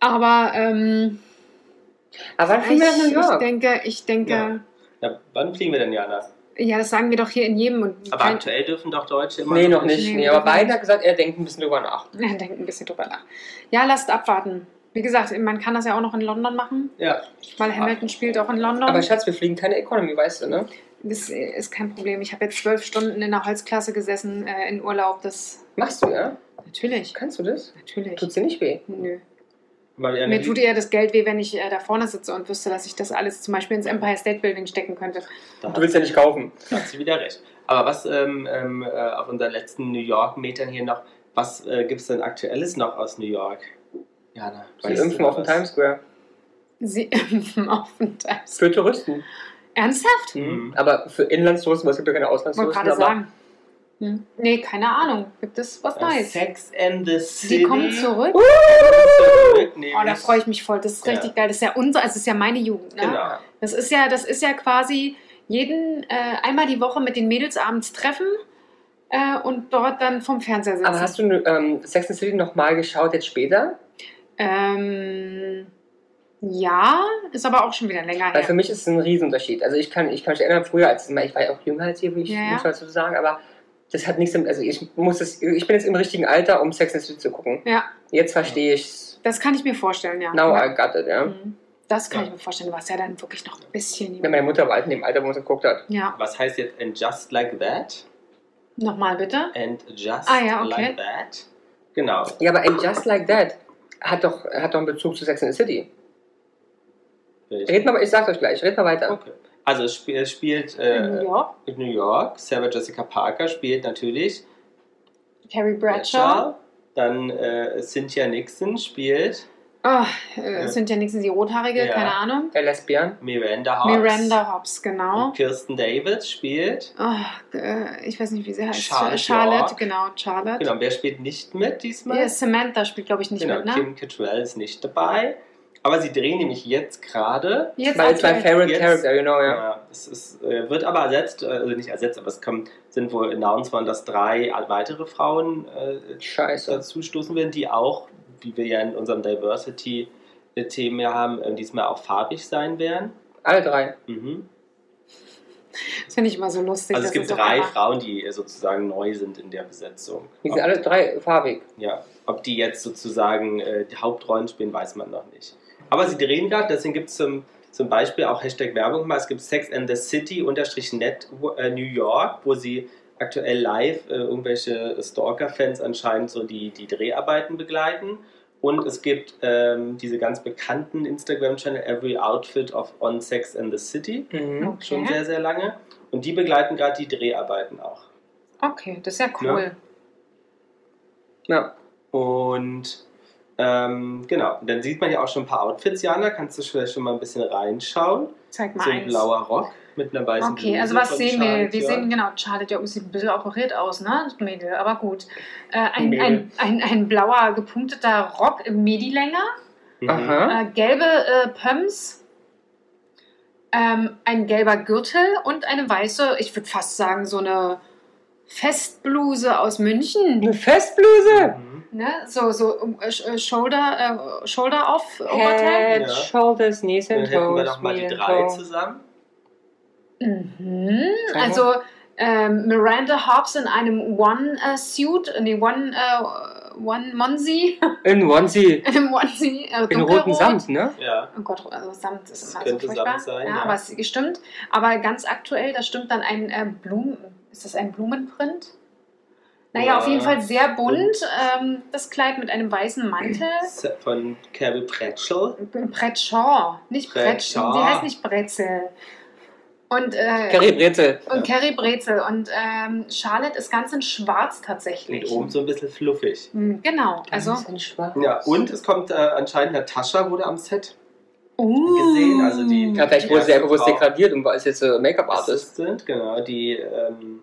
Speaker 2: Aber ähm,
Speaker 5: Aber wann fliegen wir nach New
Speaker 2: ich, ich
Speaker 5: York?
Speaker 2: denke, ich denke,
Speaker 6: Ja, wann fliegen wir denn, Jana?
Speaker 2: ja. das sagen wir doch hier in jedem. Und
Speaker 6: Aber
Speaker 2: kein-
Speaker 6: aktuell dürfen doch Deutsche immer
Speaker 5: Nee, noch nicht.
Speaker 2: Nee,
Speaker 5: Nee,
Speaker 2: wir
Speaker 5: aber
Speaker 2: waren-
Speaker 5: Biden hat gesagt, er denkt ein bisschen drüber nach.
Speaker 2: Ja, denkt ein bisschen drüber nach. Ja, lasst abwarten. Wie gesagt, man kann das ja auch noch in London machen,
Speaker 6: Ja,
Speaker 2: weil Hamilton spielt auch in London.
Speaker 5: Aber Schatz, wir fliegen keine Economy, weißt du, ne?
Speaker 2: das ist kein Problem. Ich habe jetzt zwölf Stunden in der Holzklasse gesessen äh, in Urlaub. Das
Speaker 5: Machst du, ja?
Speaker 2: natürlich,
Speaker 5: Kannst du das?
Speaker 2: natürlich.
Speaker 5: Tut's dir nicht weh?
Speaker 2: Nö.
Speaker 6: weil wir
Speaker 2: Mir tut eher das Geld weh, wenn ich äh, da vorne sitze und wüsste, dass ich das alles zum Beispiel ins Empire State Building stecken könnte.
Speaker 6: da
Speaker 5: Du willst ja nicht kaufen.
Speaker 6: Da hat sie wieder recht. Aber was ähm, ähm, äh, auf unseren letzten New York-Metern hier noch, was äh, gibt es denn aktuelles noch aus New York? Jana,
Speaker 5: Die
Speaker 6: weißt du
Speaker 5: impfen
Speaker 6: noch
Speaker 5: auf dem
Speaker 6: was?
Speaker 5: Times Square.
Speaker 2: Sie impfen auf den Times.
Speaker 5: Für Touristen.
Speaker 2: Ernsthaft?
Speaker 5: Hm.
Speaker 6: Mhm.
Speaker 5: Aber für Inlandstouristen, weil es gibt ja keine
Speaker 2: Ich wollte
Speaker 5: Auslandstouristen.
Speaker 2: gerade
Speaker 5: Aber
Speaker 2: sagen. Hm. Nee, keine Ahnung. Gibt es was
Speaker 6: Äh,
Speaker 2: Neues?
Speaker 6: Sex and the City.
Speaker 2: Sie kommen zurück.
Speaker 6: Zurück,
Speaker 2: Oh, da freue ich mich voll. Das ist
Speaker 6: Ja.
Speaker 2: richtig geil. Das ist ja unser, also das ist ja meine Jugend. Ne?
Speaker 6: Genau.
Speaker 2: Das ist ja, das ist ja quasi jeden äh, einmal die Woche mit den Mädels abends treffen äh, und dort dann vom Fernseher sitzen.
Speaker 5: aber hast du ähm, Sex and the City nochmal geschaut, jetzt später?
Speaker 2: ähm, ja, ist aber auch schon wieder länger her.
Speaker 5: Weil für mich ist es ein Riesenunterschied. Also ich kann, ich kann mich erinnern, früher, als ich war ja auch jünger als ihr, muss ich
Speaker 2: Ja, ja.
Speaker 5: muss dazu sagen, aber das hat nichts mit, also ich muss das, ich bin jetzt im richtigen Alter, um Sex and the City zu gucken.
Speaker 2: Ja.
Speaker 5: Jetzt verstehe ich's.
Speaker 2: Das kann ich mir vorstellen, ja.
Speaker 5: Now
Speaker 2: Aber-
Speaker 5: I got it, ja.
Speaker 2: Mhm. Das kann
Speaker 6: Ja.
Speaker 2: ich mir vorstellen. Du warst ja dann wirklich noch ein bisschen
Speaker 5: Wenn
Speaker 2: jung.
Speaker 5: meine Mutter war alt in dem Alter, wo man es geguckt hat.
Speaker 2: Ja,
Speaker 6: Was heißt jetzt and just like that?
Speaker 2: nochmal bitte.
Speaker 6: And just
Speaker 2: Ah, ja, okay.
Speaker 6: like that? Genau.
Speaker 5: Ja, aber and Just Like That hat doch, hat doch einen Bezug zu Sex and the City. Red mal, ich sag's euch gleich, red mal weiter.
Speaker 6: Okay. Also es spiel- es spielt
Speaker 2: New
Speaker 6: äh,
Speaker 2: York,
Speaker 6: in New York. Sarah Jessica Parker spielt natürlich
Speaker 2: Carrie Bradshaw.
Speaker 6: Bradshaw. Dann äh, Cynthia Nixon spielt
Speaker 2: Ah, äh,
Speaker 6: Ja.
Speaker 2: Sind ja nächstens die Rothaarige,
Speaker 6: Ja.
Speaker 2: keine Ahnung.
Speaker 5: Der Lesbian.
Speaker 6: Miranda Hobbs. Mhm.
Speaker 2: Miranda Hobbs, genau.
Speaker 6: Und Kirsten Davis spielt.
Speaker 2: Ah, äh, ich weiß nicht, wie sie heißt.
Speaker 6: Charlotte
Speaker 2: Charlotte
Speaker 6: York.
Speaker 2: genau, Charlotte.
Speaker 6: Genau, wer spielt nicht mit diesmal?
Speaker 2: Ja, Samantha spielt, glaube ich, nicht
Speaker 6: genau,
Speaker 2: mit, ne?
Speaker 6: Kim Cattrall ist nicht dabei. Aber sie drehen nämlich jetzt gerade.
Speaker 2: Jetzt
Speaker 5: Weil it's my
Speaker 2: aktuell.
Speaker 5: favorite
Speaker 6: Jetzt-
Speaker 5: character, you know, ja.
Speaker 6: Ja, es ist, äh, wird aber ersetzt, äh, also nicht ersetzt, aber es kommen, sind wohl announced worden, dass drei weitere Frauen äh,
Speaker 5: Scheiße.
Speaker 6: dazu stoßen werden, die auch, wie wir ja in unserem Diversity-Themen ja haben, äh, diesmal auch farbig sein werden.
Speaker 5: Alle drei.
Speaker 6: Mhm.
Speaker 2: Das finde ich immer so lustig.
Speaker 6: Also es
Speaker 2: dass
Speaker 6: gibt
Speaker 2: das auf
Speaker 6: drei
Speaker 2: einmal-
Speaker 6: Frauen, die äh, sozusagen neu sind in der Besetzung.
Speaker 5: Die
Speaker 6: Ob-
Speaker 5: sind alle drei farbig.
Speaker 6: Ja, ob die jetzt sozusagen äh, die Hauptrollen spielen, weiß man noch nicht. Aber sie drehen gerade, deswegen gibt es zum, zum Beispiel auch Hashtag Werbung mal, es gibt Sex and the City unterstrich net äh, New York, wo sie aktuell live äh, irgendwelche Stalker-Fans anscheinend so die, die Dreharbeiten begleiten. Und es gibt ähm, diese ganz bekannten Instagram-Channel Every Outfit of On Sex and the City,
Speaker 5: Mhm.
Speaker 2: Okay.
Speaker 6: schon sehr, sehr lange. Und die begleiten gerade die Dreharbeiten auch.
Speaker 2: Okay, das ist
Speaker 6: Ne?
Speaker 2: ja cool.
Speaker 5: Ja.
Speaker 6: Und ähm, genau, Und dann sieht man ja auch schon ein paar Outfits, Jana. Kannst du vielleicht schon mal ein bisschen reinschauen?
Speaker 2: Zeig mal
Speaker 6: so ein
Speaker 2: eins.
Speaker 6: blauer Rock mit einer weißen
Speaker 2: Okay, also was sehen wir? Wir sehen, genau, Charlotte York sieht ein bisschen operiert aus, ne, das Mädel, aber gut. Äh, ein,
Speaker 5: Mädel.
Speaker 2: ein, ein, ein blauer, gepunkteter Rock im Midi-Länger,
Speaker 6: wir. Mhm.
Speaker 5: Aha.
Speaker 2: äh, gelbe äh, Pumps, ähm, ein gelber Gürtel und eine weiße, ich würde fast sagen, so eine Festbluse aus München.
Speaker 5: Eine Festbluse?
Speaker 6: Mhm.
Speaker 2: Ne? So, so äh, Sch- äh, Shoulder, äh, Shoulder off Oberteil.
Speaker 5: Head,
Speaker 6: Ja.
Speaker 5: Shoulders, Knees
Speaker 6: Dann
Speaker 5: and
Speaker 6: hätten wir
Speaker 5: Toes.
Speaker 6: doch mal die
Speaker 5: knee and
Speaker 6: drei
Speaker 5: toe.
Speaker 6: zusammen.
Speaker 2: Mhm.
Speaker 5: Keine.
Speaker 2: Also ähm, Miranda Hobbs in einem One-Suit, nee, One, äh, One Monsi,
Speaker 5: In Onesie.
Speaker 2: im Onesie, äh,
Speaker 5: In
Speaker 2: dunkelrot.
Speaker 5: roten Samt, ne?
Speaker 6: Ja.
Speaker 2: Oh Gott, also Samt ist
Speaker 6: Das
Speaker 2: immer
Speaker 6: könnte
Speaker 2: so furchtbar.
Speaker 6: Samt sein,
Speaker 2: ja,
Speaker 6: ja.
Speaker 2: aber es stimmt. Aber ganz aktuell, da stimmt dann ein äh, Blumen, ist das ein Blumenprint? Naja,
Speaker 6: Ja.
Speaker 2: auf jeden Fall sehr bunt. Ähm, das Kleid mit einem weißen Mantel.
Speaker 6: Von Carol Bradshaw.
Speaker 2: Bretshaw, nicht Bretshaw.
Speaker 6: Bradshaw.
Speaker 2: Die heißt nicht Brezel. Und äh,
Speaker 5: Curry Brezel.
Speaker 2: Und Carrie Brezel. Und ähm, Charlotte ist ganz in schwarz
Speaker 6: Und
Speaker 2: tatsächlich.
Speaker 6: oben so ein bisschen fluffig.
Speaker 2: Hm, Genau, also.
Speaker 5: Das ist ein Schwach.
Speaker 6: Ja, und es kommt äh, anscheinend Natascha wurde am Set.
Speaker 2: Uh.
Speaker 6: gesehen, also die-
Speaker 5: Ja, vielleicht wurde
Speaker 6: Ja,
Speaker 5: sie ja bewusst
Speaker 6: Frau.
Speaker 5: degradiert und war ist jetzt äh, Make-up-Artist.
Speaker 6: Assistant, genau. Die ähm,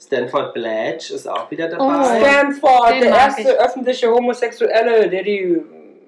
Speaker 6: Stanford Blatch ist auch wieder
Speaker 2: Oh.
Speaker 6: dabei.
Speaker 5: Stanford,
Speaker 2: Den
Speaker 5: der
Speaker 2: mag
Speaker 5: erste
Speaker 2: ich.
Speaker 5: öffentliche Homosexuelle, der die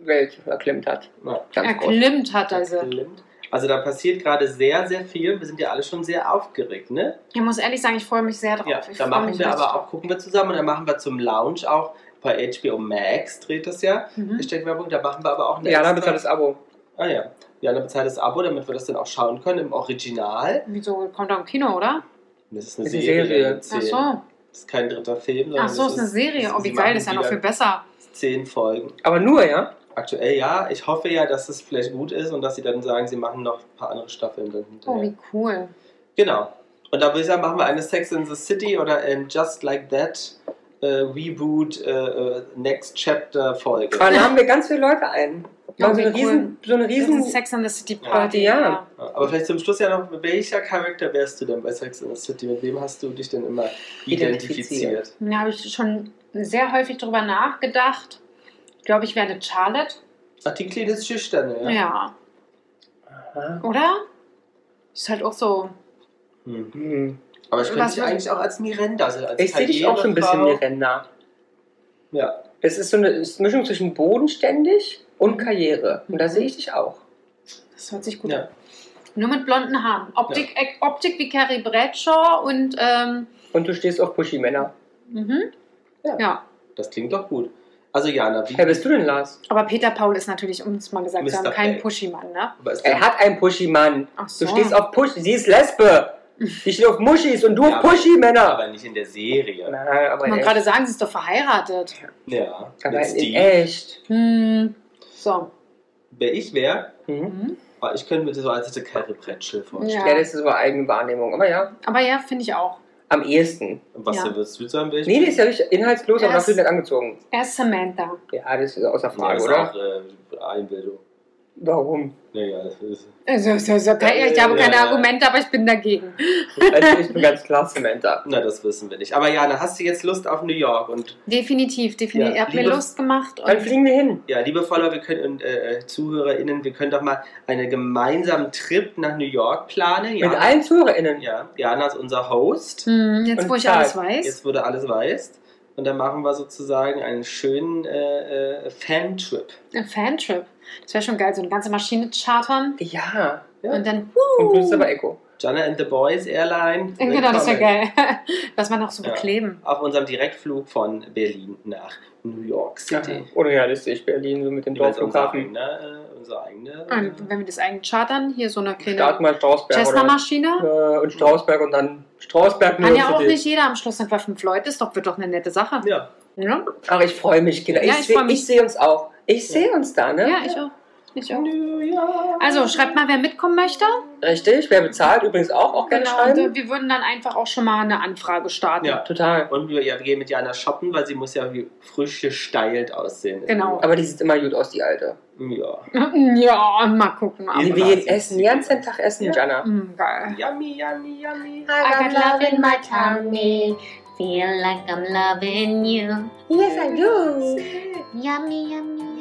Speaker 5: Welt erklimmt hat.
Speaker 6: Ja.
Speaker 5: Ganz groß.
Speaker 2: Erklimmt hat er sie.
Speaker 6: Blind. Also da passiert gerade sehr, sehr viel. Wir sind ja alle schon sehr aufgeregt, ne?
Speaker 2: Ich muss ehrlich sagen, ich freue mich sehr drauf.
Speaker 6: Ja,
Speaker 2: Oh, ich
Speaker 6: da
Speaker 2: freue
Speaker 6: machen
Speaker 2: mich
Speaker 6: wir
Speaker 2: richtig
Speaker 6: aber
Speaker 2: drauf.
Speaker 6: auch, gucken wir zusammen und dann machen wir zum Lounge auch. Bei HBO Max dreht das ja.
Speaker 2: Mhm.
Speaker 6: Hashtag Werbung, da machen wir aber auch eine
Speaker 5: Ja,
Speaker 6: extra-
Speaker 5: damit hat das Abo.
Speaker 6: Ah ja. Jana bezahlt das Abo, damit wir das dann auch schauen können im Original.
Speaker 2: Wieso kommt er im Kino, oder?
Speaker 6: Das ist eine
Speaker 5: Ist eine
Speaker 6: Serie.
Speaker 5: Serie.
Speaker 6: eine
Speaker 2: Ach
Speaker 6: zehn.
Speaker 2: so.
Speaker 6: Das ist kein dritter Film. sondern
Speaker 2: Ach so,
Speaker 6: das
Speaker 2: ist eine Serie. Oh,
Speaker 6: sie
Speaker 2: wie geil,
Speaker 6: machen
Speaker 2: das ist ja noch
Speaker 6: wieder
Speaker 2: viel besser.
Speaker 6: Zehn Folgen.
Speaker 5: Aber nur, ja?
Speaker 6: Aktuell ja. Ich hoffe ja, dass es vielleicht gut ist und dass sie dann sagen, sie machen noch ein paar andere Staffeln dann
Speaker 2: Oh,
Speaker 6: hinterher.
Speaker 2: wie cool.
Speaker 6: Genau. Und da würde ich sagen, machen wir eine Sex in the City oder in Just Like That äh, Reboot äh, äh, Next Chapter Folge.
Speaker 5: Aber dann haben wir ganz viele Leute ein.
Speaker 2: Ja,
Speaker 5: Machen so
Speaker 2: wie
Speaker 5: eine riesen, so eine
Speaker 2: Das ist ein
Speaker 5: riesen
Speaker 2: Sex and the City
Speaker 5: Party,
Speaker 2: Party.
Speaker 5: ja.
Speaker 6: Aber vielleicht zum Schluss ja noch, mit welcher Charakter wärst du denn bei Sex in the City? Mit wem hast du dich denn immer identifiziert?
Speaker 5: Identifiziert.
Speaker 2: Da habe ich schon sehr häufig drüber nachgedacht. Ich glaube, ich werde Charlotte.
Speaker 6: Ach, die Kleine ist schüchtern, ja?
Speaker 2: Ja.
Speaker 5: Aha.
Speaker 2: Oder? Ist halt auch so.
Speaker 6: Hm.
Speaker 5: Hm.
Speaker 6: Aber ich könnte
Speaker 2: Was
Speaker 6: dich
Speaker 2: war-
Speaker 6: eigentlich auch als Miranda, also als
Speaker 5: Ich sehe dich auch so ein bisschen,
Speaker 6: Karrierefrau.
Speaker 5: Miranda.
Speaker 6: Ja.
Speaker 5: Es ist so eine es ist eine Mischung zwischen bodenständig und Karriere. Und da sehe ich dich auch.
Speaker 2: Das hört sich gut
Speaker 6: ja.
Speaker 2: an. Nur mit blonden Haaren. Optik, äh, Optik wie Carrie Bradshaw und. Ähm,
Speaker 5: Und du stehst auf Pushy-Männer.
Speaker 2: mhm.
Speaker 6: Ja.
Speaker 2: ja.
Speaker 6: Das klingt doch gut. Also Jana, wie
Speaker 5: Wer bist du denn, Lars?
Speaker 2: Aber Peter Paul ist natürlich, um es mal gesagt zu
Speaker 6: Mr.
Speaker 2: haben, kein
Speaker 6: Paul.
Speaker 2: Pushy-Mann, ne?
Speaker 6: aber ist
Speaker 5: Er
Speaker 6: denn-
Speaker 5: hat einen Pushy-Mann.
Speaker 2: Ach
Speaker 5: Du stehst auf Pushy. Sie ist Lesbe. Ich stehe auf Muschis und du auf Pushy-Männer.
Speaker 6: aber nicht in der Serie.
Speaker 5: Na, aber
Speaker 2: Kann man
Speaker 5: in
Speaker 2: gerade sagen, sie ist doch verheiratet.
Speaker 6: Ja.
Speaker 5: echt. Aber
Speaker 6: Mit
Speaker 5: in
Speaker 6: Steve.
Speaker 5: echt.
Speaker 2: Hm. So.
Speaker 6: Wer ich wäre,
Speaker 5: Mhm.
Speaker 2: Mhm.
Speaker 6: oh, ich könnte mir das so als hätte Karre Brettschill vorstellen.
Speaker 5: Ja.
Speaker 2: Ja.
Speaker 5: das ist über eigene Wahrnehmung. Aber ja,
Speaker 2: Aber ja, finde ich auch.
Speaker 5: am ehesten.
Speaker 6: Und Was
Speaker 2: Ja.
Speaker 6: denn würdest du sagen, welche?
Speaker 5: Nee, die ist ja richtig inhaltslos, aber
Speaker 2: Ja,
Speaker 5: dafür
Speaker 2: es-
Speaker 5: nicht angezogen.
Speaker 2: Er ist Samantha.
Speaker 5: Ja, das ist außer
Speaker 6: Ja,
Speaker 5: Frage,
Speaker 6: das ist
Speaker 5: oder?
Speaker 6: auch äh, Einbildung.
Speaker 5: Warum?
Speaker 6: Naja, das ist.
Speaker 2: Also, so, so, ich habe keine Argumente, aber ich bin dagegen.
Speaker 5: Also ich bin ganz klar Samantha.
Speaker 6: Na, das wissen wir nicht. Aber Jana, hast du jetzt Lust auf New York? Und
Speaker 2: Definitiv, definitiv.
Speaker 6: Ja,
Speaker 2: Ihr habt mir
Speaker 6: liebe-
Speaker 2: Lust gemacht. Und
Speaker 5: Dann fliegen wir hin.
Speaker 6: ja, liebe Follower, wir können und äh, ZuhörerInnen, wir können doch mal einen gemeinsamen Trip nach New York planen.
Speaker 5: Mit
Speaker 6: Jana,
Speaker 5: allen ZuhörerInnen.
Speaker 6: ja, Jana ist unser Host.
Speaker 2: Hm, jetzt,
Speaker 5: Und
Speaker 2: wo ich
Speaker 5: Zeit.
Speaker 2: alles weiß.
Speaker 6: Jetzt wurde alles weißt. Und dann machen wir sozusagen einen schönen äh, äh, Fan-Trip.
Speaker 2: Ein Fantrip. Das wäre schon geil, so eine ganze Maschine chartern
Speaker 5: Ja.
Speaker 6: Ja.
Speaker 2: und dann.
Speaker 5: Und du bist aber Echo.
Speaker 6: Jana and the Boys Airline.
Speaker 2: Genau, das wäre
Speaker 6: Willkommen.
Speaker 2: geil. Dass man auch so
Speaker 6: Ja.
Speaker 2: bekleben.
Speaker 6: auf unserem Direktflug von Berlin nach New York City.
Speaker 5: Unrealistisch, Berlin, so mit dem
Speaker 6: Wir haben jetzt Unsere
Speaker 5: Dorfflughafen.
Speaker 6: eigene, äh, unsere eigene
Speaker 2: Und wenn wir das eigentlich chartern, hier so eine
Speaker 5: Starten
Speaker 2: kleine
Speaker 5: mal in Strausberg. Oder,
Speaker 2: Cessna-Maschine.
Speaker 5: äh, und Strausberg und dann Strausberg
Speaker 2: Kann ja auch
Speaker 5: University.
Speaker 2: nicht jeder am Schluss sind Waffen Leute, ist doch, wird doch eine nette Sache. Ne?
Speaker 6: äh, ja.
Speaker 2: Ja,
Speaker 5: Ach, ich freue mich, Kinder.
Speaker 2: Ja,
Speaker 5: ich
Speaker 2: ich
Speaker 5: seh-
Speaker 2: freu mich.
Speaker 5: ich sehe uns auch. Ich sehe uns da, ne?
Speaker 2: ja ich auch. Ich auch. Also schreibt mal, wer mitkommen möchte.
Speaker 5: Richtig. Wer bezahlt übrigens auch, auch gerne
Speaker 2: und
Speaker 5: schreiben.
Speaker 2: äh, wir würden dann einfach auch schon mal eine Anfrage starten.
Speaker 6: Ja.
Speaker 5: Total.
Speaker 6: Und wir, ja, wir gehen mit Jana shoppen, weil sie muss ja wie frisch gesteilt aussehen.
Speaker 2: Genau.
Speaker 5: Aber die sieht immer gut aus, die Alte.
Speaker 6: Ja.
Speaker 2: Ja, mal gucken. Aber,
Speaker 5: Wir
Speaker 6: Ja.
Speaker 5: gehen essen, den ganzen Tag essen,
Speaker 6: Ja.
Speaker 5: Jana.
Speaker 2: Mm, geil.
Speaker 6: Yummy, yummy, yummy.
Speaker 4: I got love in my tummy. Feel like I'm loving you.
Speaker 5: Yes, I do.
Speaker 4: Yummy, yummy, yummy.